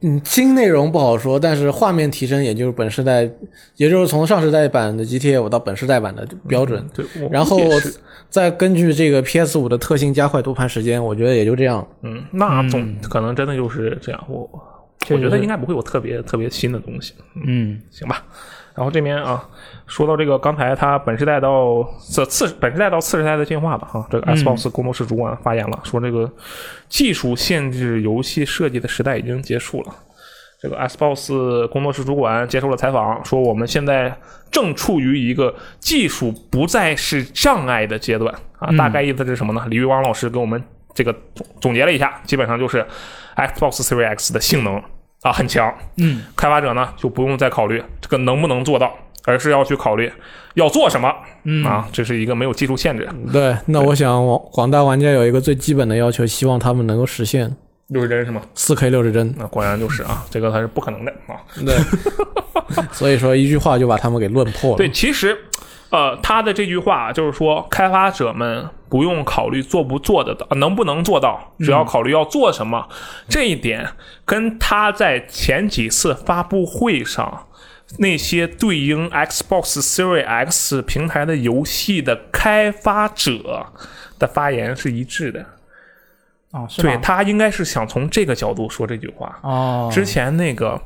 嗯，新内容不好说，但是画面提升，也就是本世代，也就是从上世代版的 GTA 五到本世代版的标准。
对，我
然后
也是
再根据这个 PS 五的特性加快读盘时间，我觉得也就这样。
嗯，那总可能真的就是这样。我
确
我
实
觉得
是
应该不会有特别特别新的东西。
嗯，
行吧。然后这边啊，说到这个，刚才他本世代到这次本世代到次世代的进化吧，哈、这个 Xbox 工作室主管发言了，说这个技术限制游戏设计的时代已经结束了。这个 Xbox 工作室主管接受了采访，说我们现在正处于一个技术不再是障碍的阶段啊，大概意思是什么呢？李玉光老师给我们这个总总结了一下，基本上就是 Xbox Series X 的性能啊很强，
嗯，
开发者呢就不用再考虑这个能不能做到，而是要去考虑要做什么、
嗯
啊，这是一个没有技术限制，
对，那我想广广大玩家有一个最基本的要求，希望他们能够实现
六十帧是吗？
四 K 六十帧。
那果然就是啊，这个它是不可能的啊。
对，所以说一句话就把他们给论破了。
对，，其实，呃，他的这句话就是说，开发者们不用考虑做不做得到，呃能不能做到，只要考虑要做什么。这一点跟他在前几次发布会上那些对应 Xbox Series X 平台的游戏的开发者的发言是一致的。
哦，是
对
吗？
他应该是想从这个角度说这句话。
哦，
之前那个，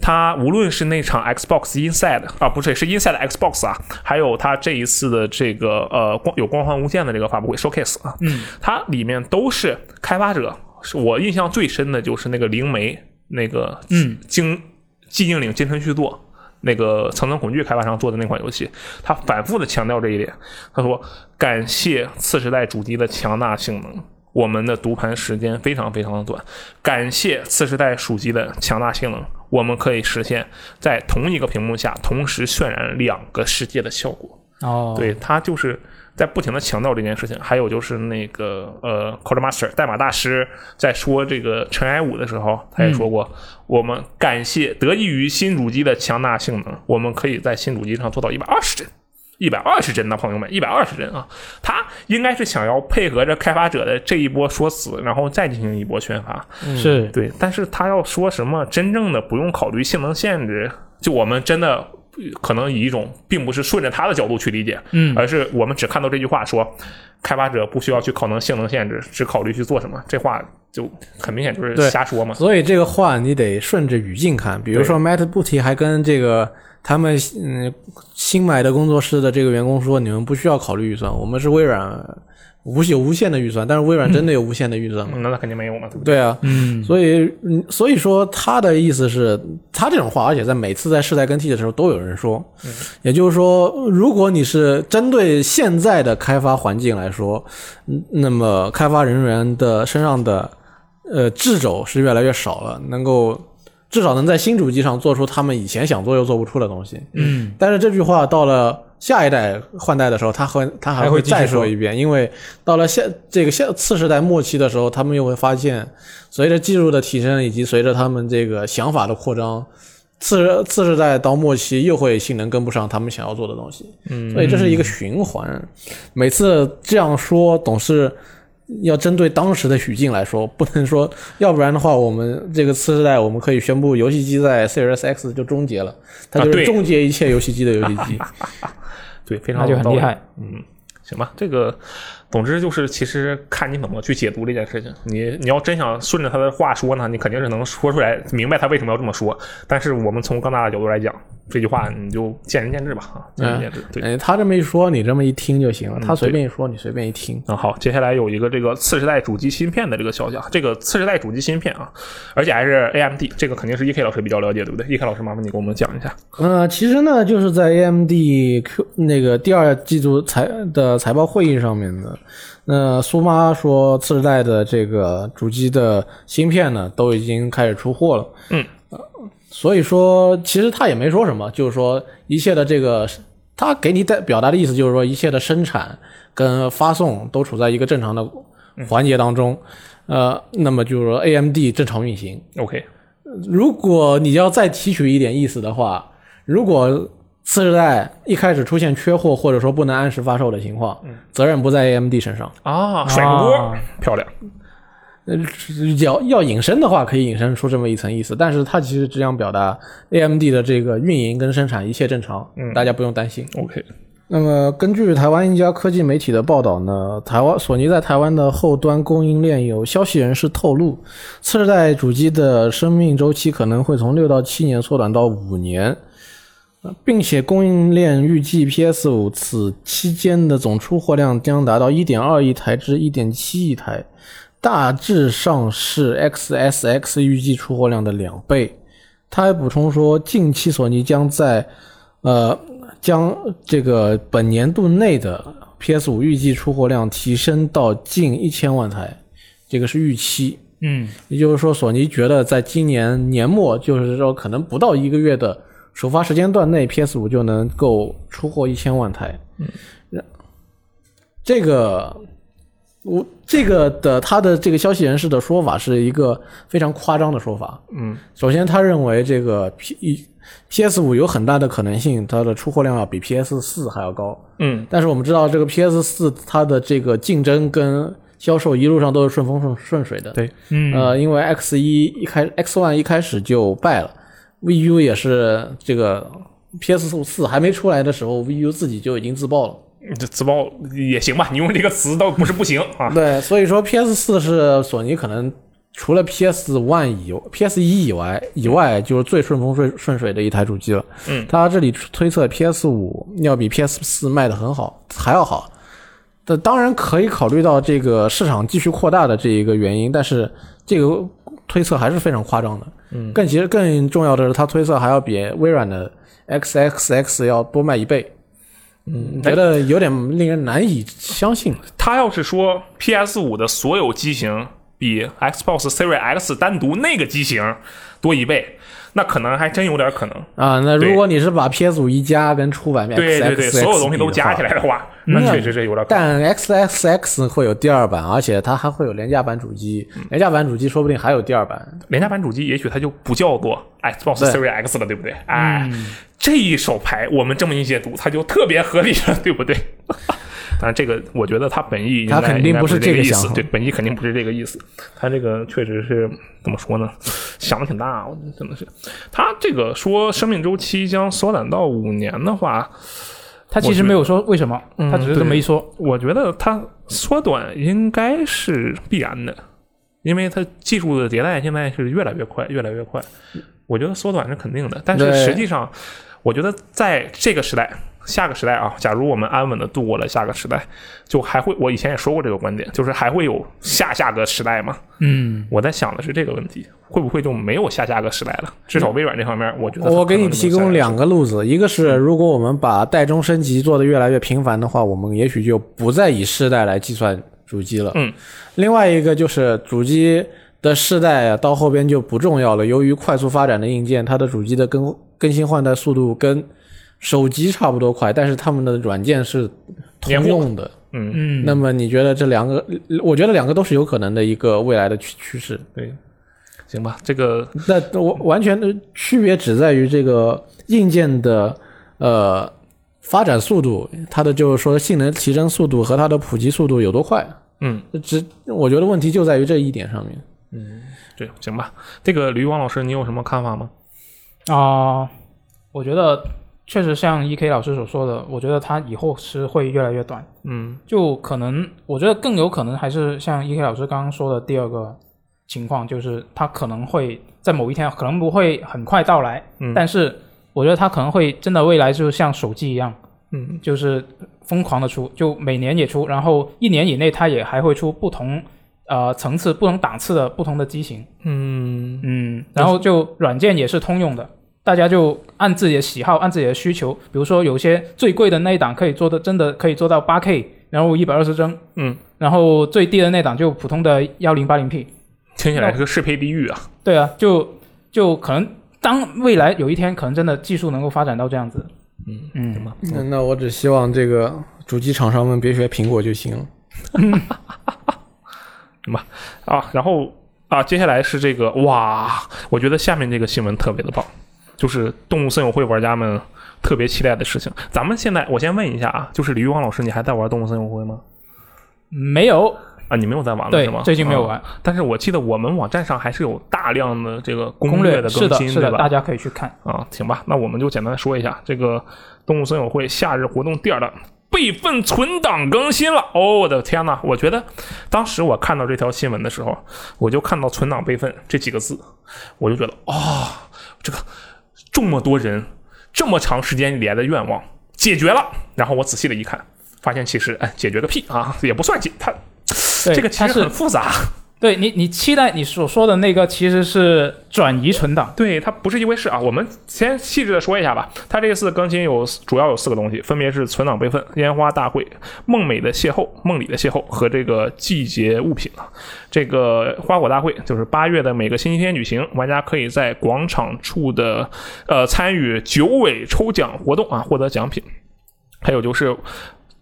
他无论是那场 Xbox Inside 啊，不是是 Inside Xbox 啊，还有他这一次的这个呃光有光环无限的这个发布会 Showcase 啊，嗯，它里面都是开发者，是我印象最深的就是那个灵媒那个嗯精寂静岭金城续作。那个层层恐惧开发商做的那款游戏，他反复的强调这一点。他说：“感谢次时代主机的强大性能，我们的读盘时间非常非常的短。感谢次时代主机的强大性能，我们可以实现在同一个屏幕下同时渲染两个世界的效果。
哦，
对，它就是在不停的强调这件事情。还有就是那个呃，Code Master 代码大师在说这个尘埃五的时候，他也说过，我们感谢得益于新主机的强大性能，我们可以在新主机上做到一百二十帧。一百二十帧呐，朋友们，一百二十帧啊！他应该是想要配合着开发者的这一波说辞，然后再进行一波宣发。
是，
对，但是他要说什么真正的不用考虑性能限制，就我们真的呃可能以一种并不是顺着他的角度去理解，
嗯
而是我们只看到这句话说，开发者不需要去考量性能限制，只考虑去做什么，这话就很明显就是
对
瞎说嘛。
所以这个话你得顺着语境看，比如说 Matt Booty 还跟这个他们嗯新买的工作室的这个员工说，你们不需要考虑预算，我们是微软无有无限的预算，但是微软真的有无限的预算吗？
嗯那那肯定没有嘛，对不对？
对啊，
嗯，
所以嗯所以说他的意思是，他这种话，而且在每次在世代更替的时候都有人说，也就是说，如果你是针对现在的开发环境来说，嗯那么开发人员的身上的呃掣肘是越来越少了，能够至少能在新主机上做出他们以前想做又做不出的东西。
嗯，
但是这句话到了下一代换代的时候，他和他还
还
会
会继续
再
说
说一遍，因为到了下这个下次时代末期的时候，他们又会发现，随着技术的提升以及随着他们这个想法的扩张，次次世代到末期又会性能跟不上他们想要做的东西，嗯，所以这是一个循环。每次这样说，总是要针对当时的语境来说，不能说，要不然的话，我们这个次世代我们可以宣布游戏机在 Series X 就终结了，它
啊
就
对啊
是终结一切游戏机的游戏 机。
对，非常
那就
有
很
道
厉
理。嗯
害。
行吧，这个，总之就是，其实看你怎么去解读这件事情。你你要真想顺着他的话说呢，你肯定是能说出来，明白他为什么要这么说。但是我们从更大的角度来讲，这句话你就见仁见智吧，啊，见仁见
嗯
智。对，嗯
哎，他这么一说，你这么一听就行了。他随
对
便一说，你随便一听。
嗯，好，接下来有一个这个次世代主机芯片的这个消息啊，这个次世代主机芯片啊，而且还是 AMD，这个肯定是 E K 老师比较了解，对不对？E K 老师，麻烦你给我们讲一下。
呃，其实呢，就是在 AMD Q 那个第二季度财的财报会议上面呢，那苏妈说次世代的这个主机的芯片呢，都已经开始出货了。
嗯
呃，所以说其实他也没说什么，就是说一切的这个，他给你的表达的意思就是说，一切的生产跟发送都处在一个正常的环节当中。呃，那么就是说 AMD 正常运行。
OK，
如果你要再提取一点意思的话，如果次世代一开始出现缺货或者说不能按时发售的情况，责任不在 AMD 身上。
哦
啊，甩个锅，
啊
漂亮。
呃，要要引申的话，可以引申出这么一层意思，但是它其实只想表达 AMD 的这个运营跟生产一切正常，
嗯
大家不用担心。
OK，
那么，根据台湾一家科技媒体的报道呢，台湾索尼在台湾的后端供应链有消息人士透露，次世代主机的生命周期可能会从六到七年缩短到五年，呃并且供应链预计 PS 五此期间的总出货量将达到一点二亿台至一点七亿台，大致上是 XSX 预计出货量的两倍。他还补充说，近期索尼将在呃，将这个本年度内的 PS 五预计出货量提升到近一千万台，这个是预期。
嗯，
也就是说，索尼觉得在今年年末，就是说可能不到一个月的首发时间段内，PS 五就能够出货一千万台。嗯，这个我这个的他的这个消息人士的说法是一个非常夸张的说法。
嗯，
首先他认为这个 P PS 五有很大的可能性，它的出货量要比 PS 四还要高。
嗯，
但是我们知道，这个 PS 四它的这个竞争跟销售一路上都是顺风顺顺水的。
对
嗯
呃，因为 X 一一开 X One 一开始就败了，VU 也是这个 PS 四还没出来的时候，VU 自己就已经自爆了。
这自爆也行吧，你用这个词倒不是不行啊。
对，所以说 PS 四是索尼可能除了 PS One 以 PS 一以外以外，就是最顺风顺顺水的一台主机了。
嗯，
它这里推测 PS 五要比 PS 四卖的很好，还要好。但当然可以考虑到这个市场继续扩大的这一个原因，但是这个推测还是非常夸张的。嗯，更其实更重要的是，它推测还要比微软的 XXX 要多卖一倍。嗯，觉得有点令人难以相信。啊
他要是说 PS 五的所有机型比 Xbox Series X 单独那个机型多一倍，那可能还真有点可能。
啊，那
对
如果你是把 PS 五一加跟出版面
对对对，
XXX
所有东西都加起
比的话，
来的话，那确实是有点可能。
但 XXX 会有第二版，而且它还会有廉价版主机，
嗯
廉价版主机说不定还有第二版。
廉价版主机也许它就不叫做 Xbox
对嗯
Series X 了，对不对？哎，这一手牌我们这么一解读，它就特别合理了，对不 对？但是这个，我觉得它本意应该
它肯定
应该不
不是
这
这个
意
想
思，
法
对，本意肯定不是这个意思。它这个确实是怎么说呢？想的挺大，我真的是。它这个说生命周期将缩短到五年的话，
他其实没有说为什么，他只是这么一说。
我觉得它缩短应该是必然的，因为它技术的迭代现在是越来越快，越来越快。我觉得缩短是肯定的，但是
对
实际上，我觉得在这个时代、下个时代啊，假如我们安稳的度过了下个时代，就还会，我以前也说过这个观点，就是还会有下下个时代嘛。
嗯，
我在想的是这个问题，会不会就没有下下个时代了？至少微软这方面，我觉得
嗯
它
我
可
给
能就没
你
有
提
下下
供
个时
两个路子，一个
嗯
是如果我们把代中升级做得越来越频繁的话，我们也许就不再以世代来计算主机了。
嗯，
另外一个就是主机的世代啊到后边就不重要了，由于快速发展的硬件，它的主机的更更新换代速度跟手机差不多快，但是它们的软件是通用的。
代嗯，
嗯，
那么你觉得这两个？我觉得两个都是有可能的一个未来的趋趋势。
对，行吧，这个
那我完全的区别只在于这个硬件的呃发展速度，它的就是说性能提升速度和它的普及速度有多快。啊
嗯，
只我觉得问题就在于这一点上面。
对，行吧。这个吕王老师，你有什么看法吗？嗯
啊、我觉得确实像 E K 老师所说的，我觉得它以后是会越来越短。
嗯
就可能，我觉得更有可能还是像 E K 老师刚刚说的第二个情况，就是它可能会在某一天，可能不会很快到来，
嗯
但是我觉得它可能会真的未来就像手机一样，
嗯
就是疯狂的出，就每年也出，然后一年以内它也还会出不同呃层次、不同档次的不同的机型，
嗯
嗯，然后就软件也是通用的。大家就按自己的喜好，按自己的需求，比如说有些最贵的那一档可以做的真的可以做到八 K，然后一百二十帧，
嗯，
然后最低的那档就普通的幺零八零 P。
听起来是个适配地狱啊。
对啊，就就可能当未来有一天，可能真的技术能够发展到这样子。
嗯
嗯，
那那我只希望这个主机厂商们别学苹果就行了。
啊，然后啊，接下来是这个哇，我觉得下面这个新闻特别的棒，就是动物森友会玩家们特别期待的事情。咱们现在我先问一下啊，就是李玉光老师，你还在玩动物森友会吗？
没有，
啊，你没有在玩了
对
是吗？，
最近没有
啊
玩、
但是我记得我们网站上还是有大量的这个
攻
略
略
的
是
更
的，
新，
是
对
的，
吧？
大家可以去看。
啊，行吧，那我们就简单说一下这个动物森友会夏日活动第二弹备份存档更新了。哦，我的天呐，我觉得当时我看到这条新闻的时候，我就看到“存档备份”这几个字，我就觉得啊、这个这么多人这么长时间以来的愿望解决了。然后我仔细的一看，发现其实哎，解决个屁啊，也不算解，它
对，
这个其
它
实
是
很复杂。
对你，你期待你所说的那个其实是转移存档。
对，它不是一回事啊。我们先细致的说一下吧。它这次更新有主要有四个东西，分别是存档备份、烟花大会、梦美的邂逅、梦里的邂逅和这个季节物品啊。这个花火大会就是八月的每个星期天举行，玩家可以在广场处的呃参与九尾抽奖活动啊，获得奖品。还有就是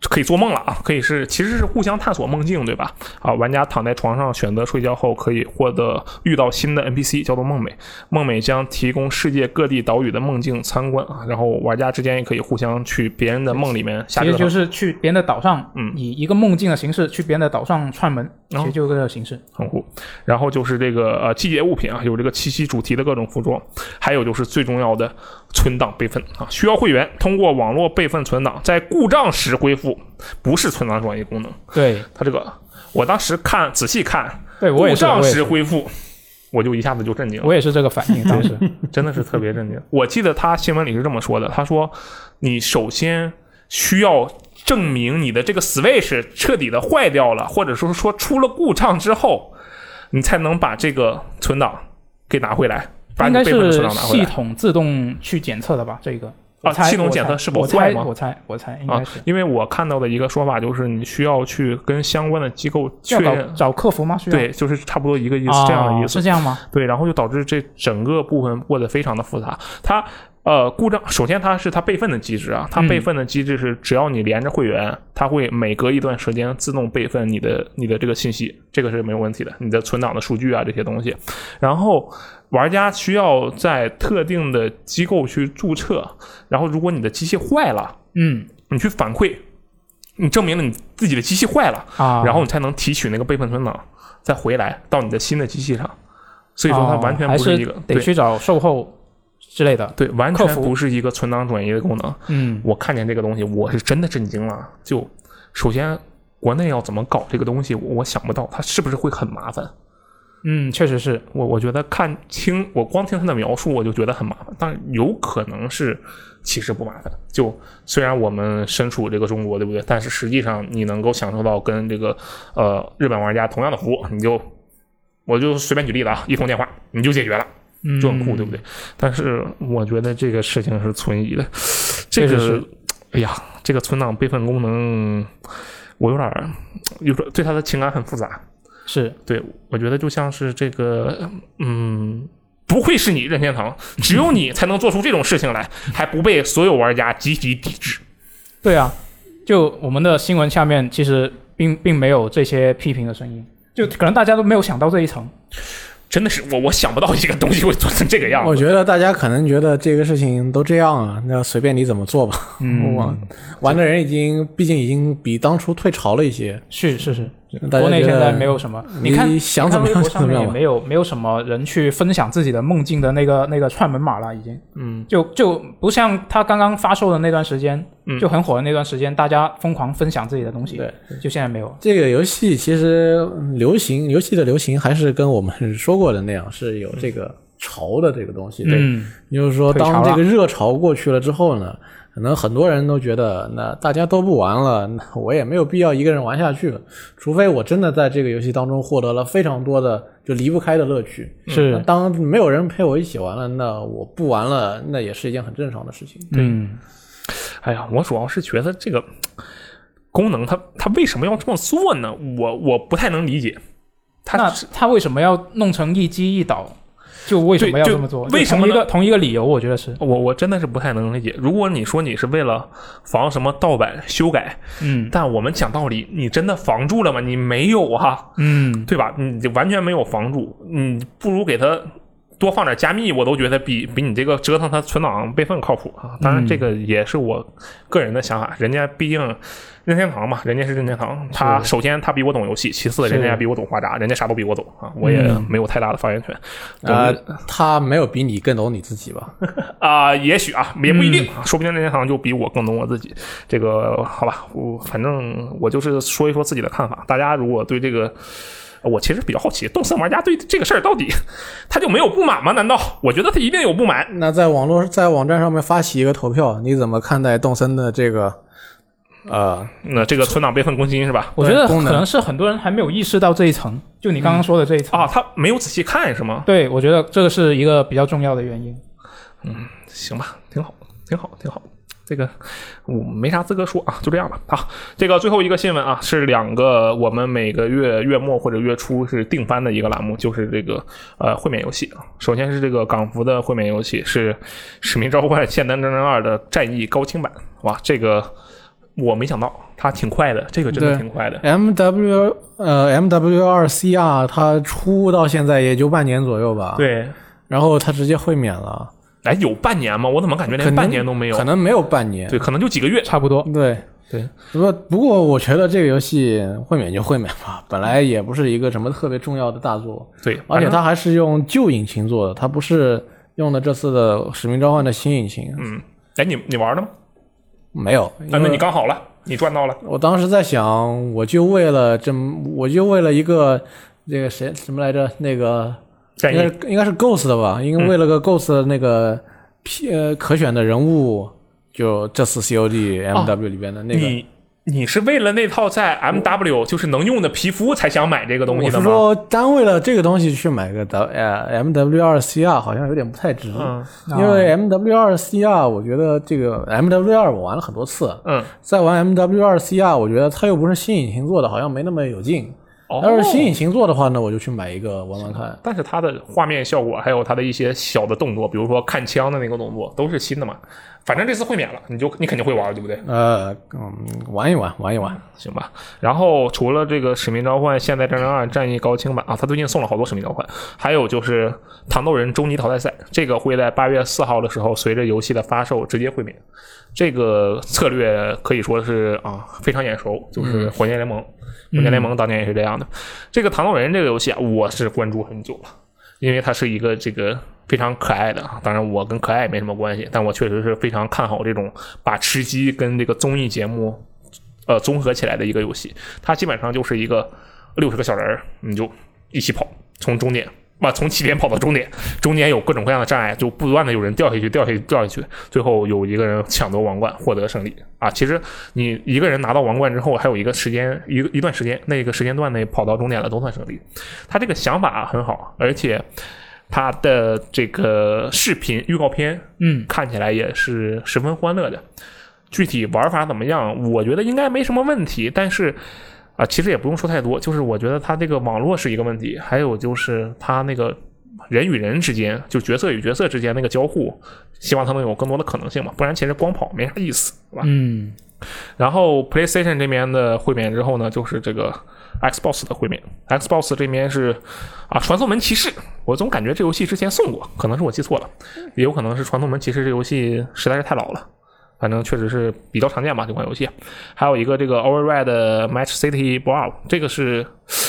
可以做梦了啊，可以是其实是互相探索梦境，对吧？啊，玩家躺在床上选择睡觉后，可以获得遇到新的 NPC，叫做梦美。梦美将提供世界各地岛屿的梦境参观啊，然后玩家之间也可以互相去别人的梦里面下
其
折腾
实就。是去别人的岛上，
嗯哦
以一个梦境的形式去别人的岛上串门，其实就这个 形式。
很酷。然后就是这个呃季节物品啊，有这个七夕主题的各种服装，还有就是最重要的存档备份啊，需要会员通过网络备份存档，在故障时恢复，不是存档转移功能。
对，
它这个我当时看仔细看，
对我
故
也是，
障
我也
时
是，
恢复。我就一下子就震惊了，
我也是这个反应，当时。
真的是特别震 惊。我记得他新闻里是这么说的，他说：“你首先需要证明你的这个 Switch 彻底的坏掉了，或者说说出了故障之后，你才能把这个存档给拿回来， 把
应
你
该
备份的存
是
档拿回
系
来。
统自动去检测的吧？这个
啊
我猜
系统检测
我猜
是否
我
坏
猜
吗
我猜我猜应
啊
该是。”
因为我看到的一个说法就是，你需要去跟相关的机构确
要找
认，
找客服吗？需要
对，就是差不多一个意思，
啊
这样的意思
是。这样吗？
对，然后就导致这整个部分过得非常的复杂。它呃故障，首先它是它备份的机制啊，它
嗯
备份的机制是只要你连着会员，它会每隔一段时间自动备份你的你的这个信息，这个是没有问题的，你的存档的数据啊这些东西。然后玩家需要在特定的机构去注册，然后如果你的机器坏了，
嗯
你去反馈，你证明了你自己的机器坏了。
啊，
然后你才能提取那个备份存档，再回来到你的新的机器上。所以说它
哦
完全
还
不
是
一个、
得去找售后之类的。
对对，完
客
全
服
不是一个存档转移的功能。
嗯，
我看见这个东西，我是真的震惊了。就首先国内要怎么搞这个东西，我我想不到它是不是会很麻烦。
嗯，确实是。
我我觉得看听我光听他的描述，我就觉得很麻烦，但有可能是其实不麻烦。就虽然我们身处这个中国，对不对？但是实际上你能够享受到跟这个呃日本玩家同样的服务，你就我就随便举例子啊，一通电话你就解决了，
嗯，
就很酷，对不对？但是我觉得这个事情是存疑的，这
确实
个
是
哎呀，这个存档备份功能，我有点儿有点儿对他的情感很复杂。
是
对，我觉得就像是这个，嗯，不愧是你任天堂，只有你才能做出这种事情来，还不被所有玩家集体抵制。
对啊。就我们的新闻下面其实并并没有这些批评的声音，就可能大家都没有想到这一层。
真的是我我想不到一个东西会做成这个样
我
子。
觉得大家可能觉得这个事情都这样啊，那随便你怎么做吧。 嗯，玩的人已经，毕竟已经比当初退潮了一些。
是是是，
大家
国内
觉
现
得
在没有什么，
你
你看
想怎么
你
样
看微博
就
上
怎么
面
样
也
吧
没有没有什么人去分享自己的梦境的那个那个串门码了，已经，嗯，就就不像他刚刚发售的那段时间，就很火的那段时间，大家疯狂分享自己的东西，
嗯对，
就现在没有，
这个游戏其实嗯流行，游戏的流行还是跟我们 说过的那样，是有这个潮的这个东西。对，
嗯，
就是说，
退潮
当
了
这个热潮过去了之后呢，可能很多人都觉得，那大家都不玩了，那我也没有必要一个人玩下去了，除非我真的在这个游戏当中获得了非常多的就离不开的乐趣。那
是，
当没有人陪我一起玩了，那我不玩了，那也是一件很正常的事情。
嗯，
哎呀，我主要是觉得这个功能它它为什么要这么做呢？我我不太能理解。它
那
是
他为什么要弄成一击一倒？就为什么要
对
这么做？
就为什么
同一
呢
个同一个理由？我觉得是，
我我真的是不太能理解。如果你说你是为了防什么盗版修改，
嗯
但我们讲道理，你真的防住了吗？你没有啊，
嗯，
对吧？你完全没有防住，你不如给它多放点加密，我都觉得比比你这个折腾它存档备份靠谱啊。当然，这个也是我个人的想法，人家毕竟任天堂嘛，人家是任天堂，他首先他比我懂游戏，其次人家比我懂花札，人家啥都比我懂啊，我也没有太大的发言权。
啊、他没有比你更懂你自己吧？
啊、也许啊，也不一定，啊，说不定任天堂就比我更懂我自己。这个好吧，我反正我就是说一说自己的看法。大家如果对这个，我其实比较好奇，动森玩家对这个事儿到底他就没有不满吗？难道我觉得他一定有不满？
那在网络在网站上面发起一个投票，你怎么看待动森的这个呃
那这个存档备份更新是吧？
我觉得
功
可
能
能是很多人还没有意识到这一层，就你刚刚说的这一层
啊，他没有仔细看是吗？
对，我觉得这个是一个比较重要的原因。
行吧，挺好，挺好，挺好。这个我没啥资格说啊，就这样吧。好，这个最后一个新闻啊，是两个我们每个月月末或者月初是定番的一个栏目，就是这个呃会免游戏啊。首先是这个港服的会免游戏是《使命召唤：现代战争二》的战役高清版，哇，这个我没想到，它挺快的，这个真的
对
挺快的。
M W 呃 M W 二 C R 它出到现在也就半年左右吧？，
对，
然后它直接会免了，
哎，有半年吗？我怎么感觉
可
连
能
半年都没有
可？能没有半年。
对，可能就几个月。
差不多，
对
对，
不过不过我觉得这个游戏会免就会免吧，本来也不是一个什么特别重要的大作，
对，
而且
反正
它还是用旧引擎做的，它不是用的这次的《使命召唤》的新引擎，
嗯，哎，你你玩了吗？
没有。
啊，
因
那
为
你刚好了，你赚到了。
我当时在想，我就为了这么，我就为了一个这个谁什么来着？那个
战役
应
嗯
该是应该是 Ghost 的吧？应该为了个 Ghost 的那个 P 呃可选的人物，就这次 COD MW 里边的那个。
哦你你是为了那套在 MW 就是能用的皮肤才想买这个东西
我
的
是
吗？
说，单为了这个东西去买个 W 呃 MW 二 CR 好像有点不太值，
嗯
因为 MW 二 CR 我觉得这个 MW 二我玩了很多次，
嗯，
在玩 MW 二 CR，我觉得它又不是新引擎做的，好像没那么有劲。
哦，
要是新引擎做的话呢，我就去买一个玩玩看。
但是它的画面效果还有它的一些小的动作，比如说看枪的那个动作，都是新的嘛。反正这次会免了，你就你肯定会玩，对不对？
呃，嗯，玩一玩，玩一玩。
行吧。然后除了这个《使命召唤：现代战争二》战役高清版啊，他最近送了好多《使命召唤》，还有就是《糖豆人终极淘汰赛》，这个会在八月四号的时候，随着游戏的发售直接会免。这个策略可以说是啊非常眼熟，就是《火箭联盟》火箭联盟当年也是这样的。这个《糖豆人》这个游戏啊，我是关注很久了，因为它是一个这个非常可爱的，啊，当然我跟可爱没什么关系，但我确实是非常看好这种把吃鸡跟这个综艺节目呃综合起来的一个游戏。它基本上就是一个六十个小人儿，你就一起跑，从终点。啊，从起点跑到终点，中间有各种各样的障碍，就不断的有人掉下去，掉下去，掉下去，最后有一个人抢夺王冠，获得胜利啊！其实你一个人拿到王冠之后，还有一个时间一个一段时间，那个时间段内跑到终点了都算胜利。他这个想法很好，而且他的这个视频预告片
嗯，
看起来也是十分欢乐的。具体玩法怎么样，我觉得应该没什么问题，但是。啊，其实也不用说太多，就是我觉得它这个网络是一个问题，还有就是它那个人与人之间，就角色与角色之间那个交互，希望它能有更多的可能性嘛，不然其实光跑没啥意思，对吧？
嗯，
然后 PlayStation 这边的会面之后呢，就是这个 Xbox 的会面。Xbox 这边是啊，《传送门骑士》，我总感觉这游戏之前送过，可能是我记错了，
嗯
也有可能是《传送门骑士》这游戏实在是太老了。反正确实是比较常见吧，这款游戏。还有一个这个 Override Match City Brawl，这个是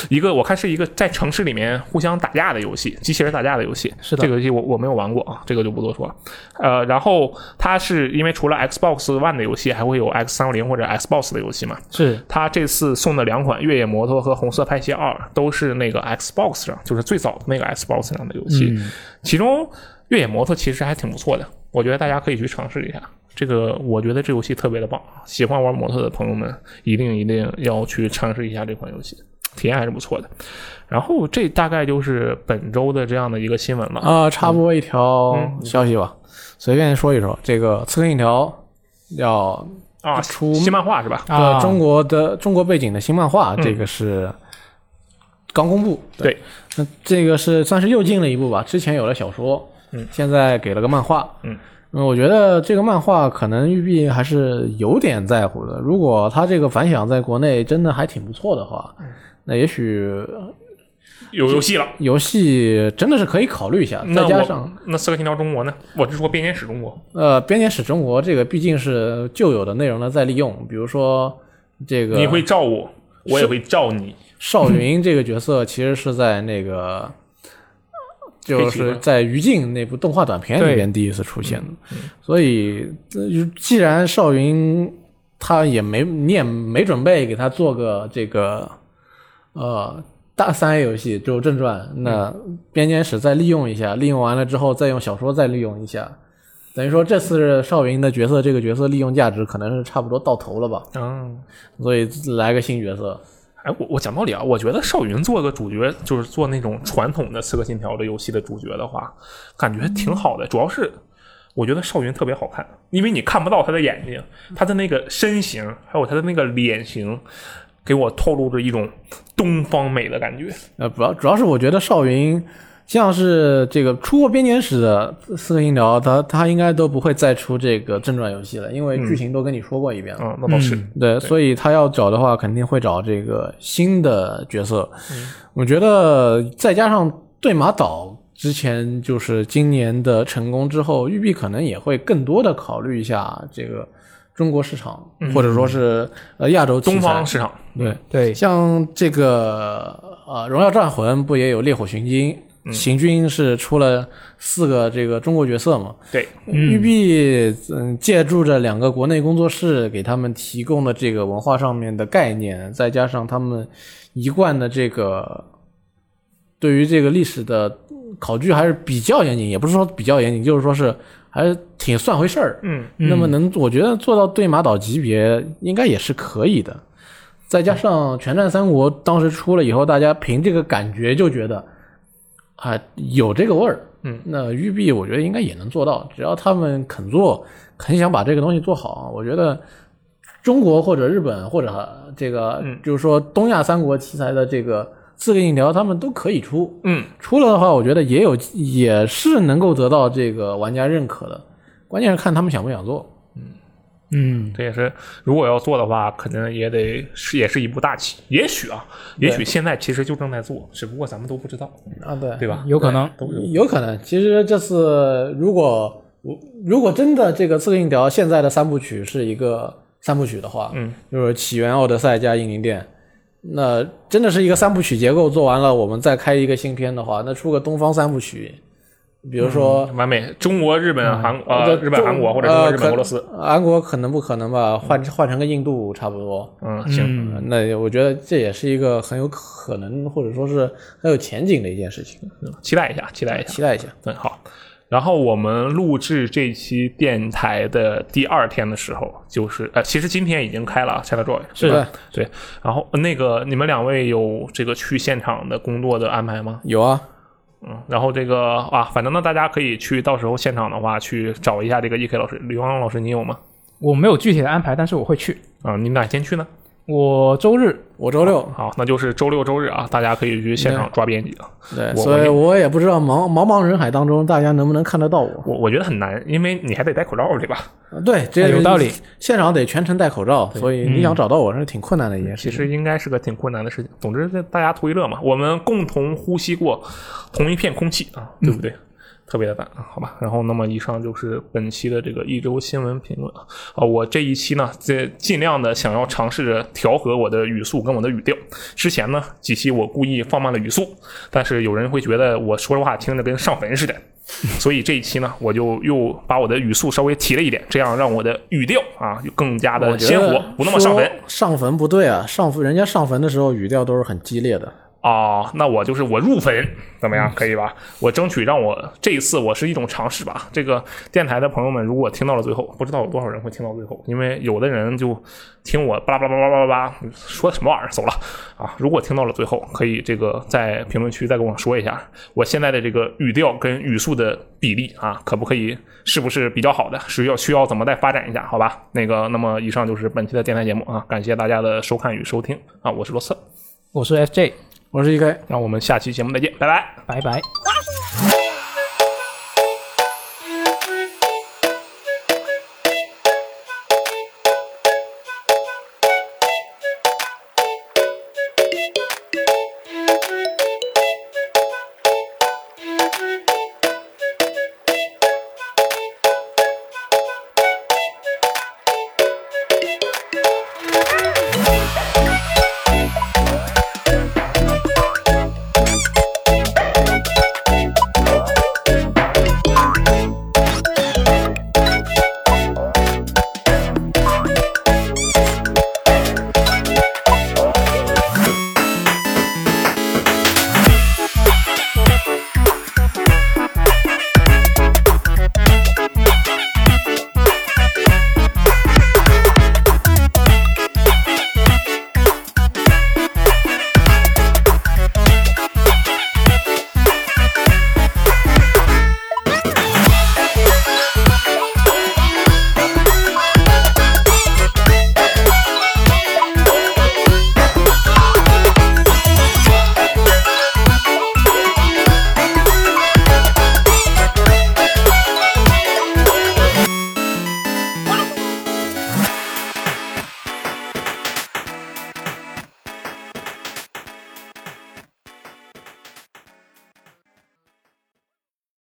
一个我看是一个在城市里面互相打架的游戏，机器人打架的游戏。
是的
这个游戏我我没有玩过啊，这个就不多说了。呃，然后它是因为除了 Xbox One 的游戏，还会有 X 三六零或者 Xbox 的游戏嘛？
是
它这次送的两款《越野摩托》和《红色派系二》都是那个 Xbox 上，就是最早的那个 Xbox 上的游戏。
嗯
其中《越野摩托》其实还挺不错的，我觉得大家可以去尝试一下。这个我觉得这游戏特别的棒，喜欢玩摩托的朋友们一定一定要去尝试一下这款游戏，体验还是不错的。然后这大概就是本周的这样的一个新闻了。
啊、插播一条
嗯
消息吧，随便说一说。这个《刺客信条》要
啊，
出
新漫画是吧？
啊，
呃中国的中国背景的新漫画，这个是刚公布。
嗯对，
那这个是算是又进了一步吧。之前有了小说，嗯，现在给了个漫画，
嗯。
我觉得这个漫画可能育碧还是有点在乎的。如果它这个反响在国内真的还挺不错的话，
嗯
那也许
有游戏了。
游戏真的是可以考虑一下。
那
再加
我
上
那《刺客信条：中国》呢？我是说《编年史中国》
呃，编年史中国这个毕竟是旧有的内容的再利用，比如说这个
你会照我，我也会照你。
少云这个角色其实是在那个，就
黑旗
是
吗嗯
在于静那部动画短片里边第一次出现的，所以这就既然少云他也没你也没准备给他做个这个呃大三 A 游戏只有正传，那
嗯
编年史再利用一下，利用完了之后再用小说再利用一下，等于说这次少云的角色这个角色利用价值可能是差不多到头了吧，
嗯，
所以来个新角色。
哎，我我讲道理啊，我觉得少云做个主角，就是做那种传统的《刺客信条》的游戏的主角的话，感觉挺好的。主要是我觉得少云特别好看，因为你看不到他的眼睛，他的那个身形，还有他的那个脸型，给我透露着一种东方美的感觉。
呃，主要主要是我觉得少云像是这个出过编年史的《刺客信条》，他他应该都不会再出这个正传游戏了，因
嗯
为剧情都跟你说过一遍了。
嗯，那倒是。
对，所以他要找的话，肯定会找这个新的角色。
嗯
我觉得再加上对马岛之前就是今年的成功之后，育碧可能也会更多的考虑一下这个中国市场，或者说是呃亚洲
嗯
题
东
材
方市场，
对。
对
像这个呃，《荣耀战魂》不也有烈火行军？行军是出了四个这个中国角色嘛？
对，
育碧嗯，借助着两个国内工作室给他们提供的这个文化上面的概念，再加上他们一贯的这个对于这个历史的考据还是比较严谨，也不是说比较严谨，就是说是还是挺算回事儿。
嗯，
那么能，我觉得做到对马岛级别应该也是可以的。再加上《全战三国》当时出了以后，大家凭这个感觉就觉得啊、有这个味儿。
嗯，
那育碧我觉得应该也能做到，只要他们肯做，肯想把这个东西做好，我觉得中国或者日本或者这个，
嗯
就是说东亚三国题材的这个《刺客信条》，他们都可以出。
嗯，
出了的话，我觉得也有也是能够得到这个玩家认可的，关键是看他们想不想做。
嗯，
这也是如果要做的话，可能也得是也是一部大棋。也许啊，也许现在其实就正在做，只不过咱们都不知道，
啊，对
对吧？
有可能
有可能。其实这次如果我如果真的这个《刺客信条》现在的三部曲是一个三部曲的话，
嗯，
就是起源、奥德赛加英灵殿，那真的是一个三部曲结构做完了，我们再开一个新片的话，那出个东方三部曲，比如说。
完美，中国、日本、韩呃
这
日本、
嗯中
韩国或者中
呃
国、日
可
本、俄罗斯，
韩国可能不可能吧？换换成个印度差不多。
嗯，行，
嗯，那我觉得这也是一个很有可能，或者说是很有前景的一件事情，
期待一下，期待一下，
期待一下。
对，好。然后我们录制这期电台的第二天的时候，就是呃，其实今天已经开了 c h a t Joy，
是
吧
的
对。然后呃那个你们两位有这个去现场的工作的安排吗？
有啊，
嗯，然后这个啊，反正呢，大家可以去到时候现场的话去找一下这个 E.K 老师，吕光老师，你有吗？
我没有具体的安排，但是我会去。
啊，你哪天去呢？
我周日
我周六
好，那就是周六周日啊，大家可以去现场抓编辑啊。
对，
我
所以
我
我也不知道茫茫茫人海当中大家能不能看得到我。
我我觉得很难，因为你还得戴口罩，对吧？
对，
哎
这
有道理。
现场得全程戴口罩，所以你想找到我是挺困难的一件
嗯
事。
其实应该是个挺困难的事情。总之，这大家图一乐嘛，我们共同呼吸过同一片空气啊，对不对？特别的大，啊好吧。然后，那么以上就是本期的这个一周新闻评论啊。啊，我这一期呢，这尽量的想要尝试着调和我的语速跟我的语调。之前呢几期我故意放慢了语速，但是有人会觉得我说的话听着跟上坟似 的，所以这一期呢，我就又把我的语速稍微提了一点，这样让我的语调啊就更加的
我觉
鲜
得
活，不那么上坟。
说上坟不对啊，上坟人家上坟的时候语调都是很激烈的。
哦，那我就是我入坟怎么样？可以吧？我争取让我这一次我是一种尝试吧。这个电台的朋友们，如果听到了最后，不知道有多少人会听到最后，因为有的人就听我巴拉巴拉巴拉巴拉巴拉说什么玩意儿走了啊。如果听到了最后，可以这个在评论区再跟我说一下，我现在的这个语调跟语速的比例啊，可不可以是不是比较好的？是要需要怎么再发展一下？好吧，那个那么以上就是本期的电台节目啊，感谢大家的收看与收听啊，我是罗瑟，
我是 FJ，
我是一个
那我们下期节目再见，拜拜。
拜拜。
Yahoo!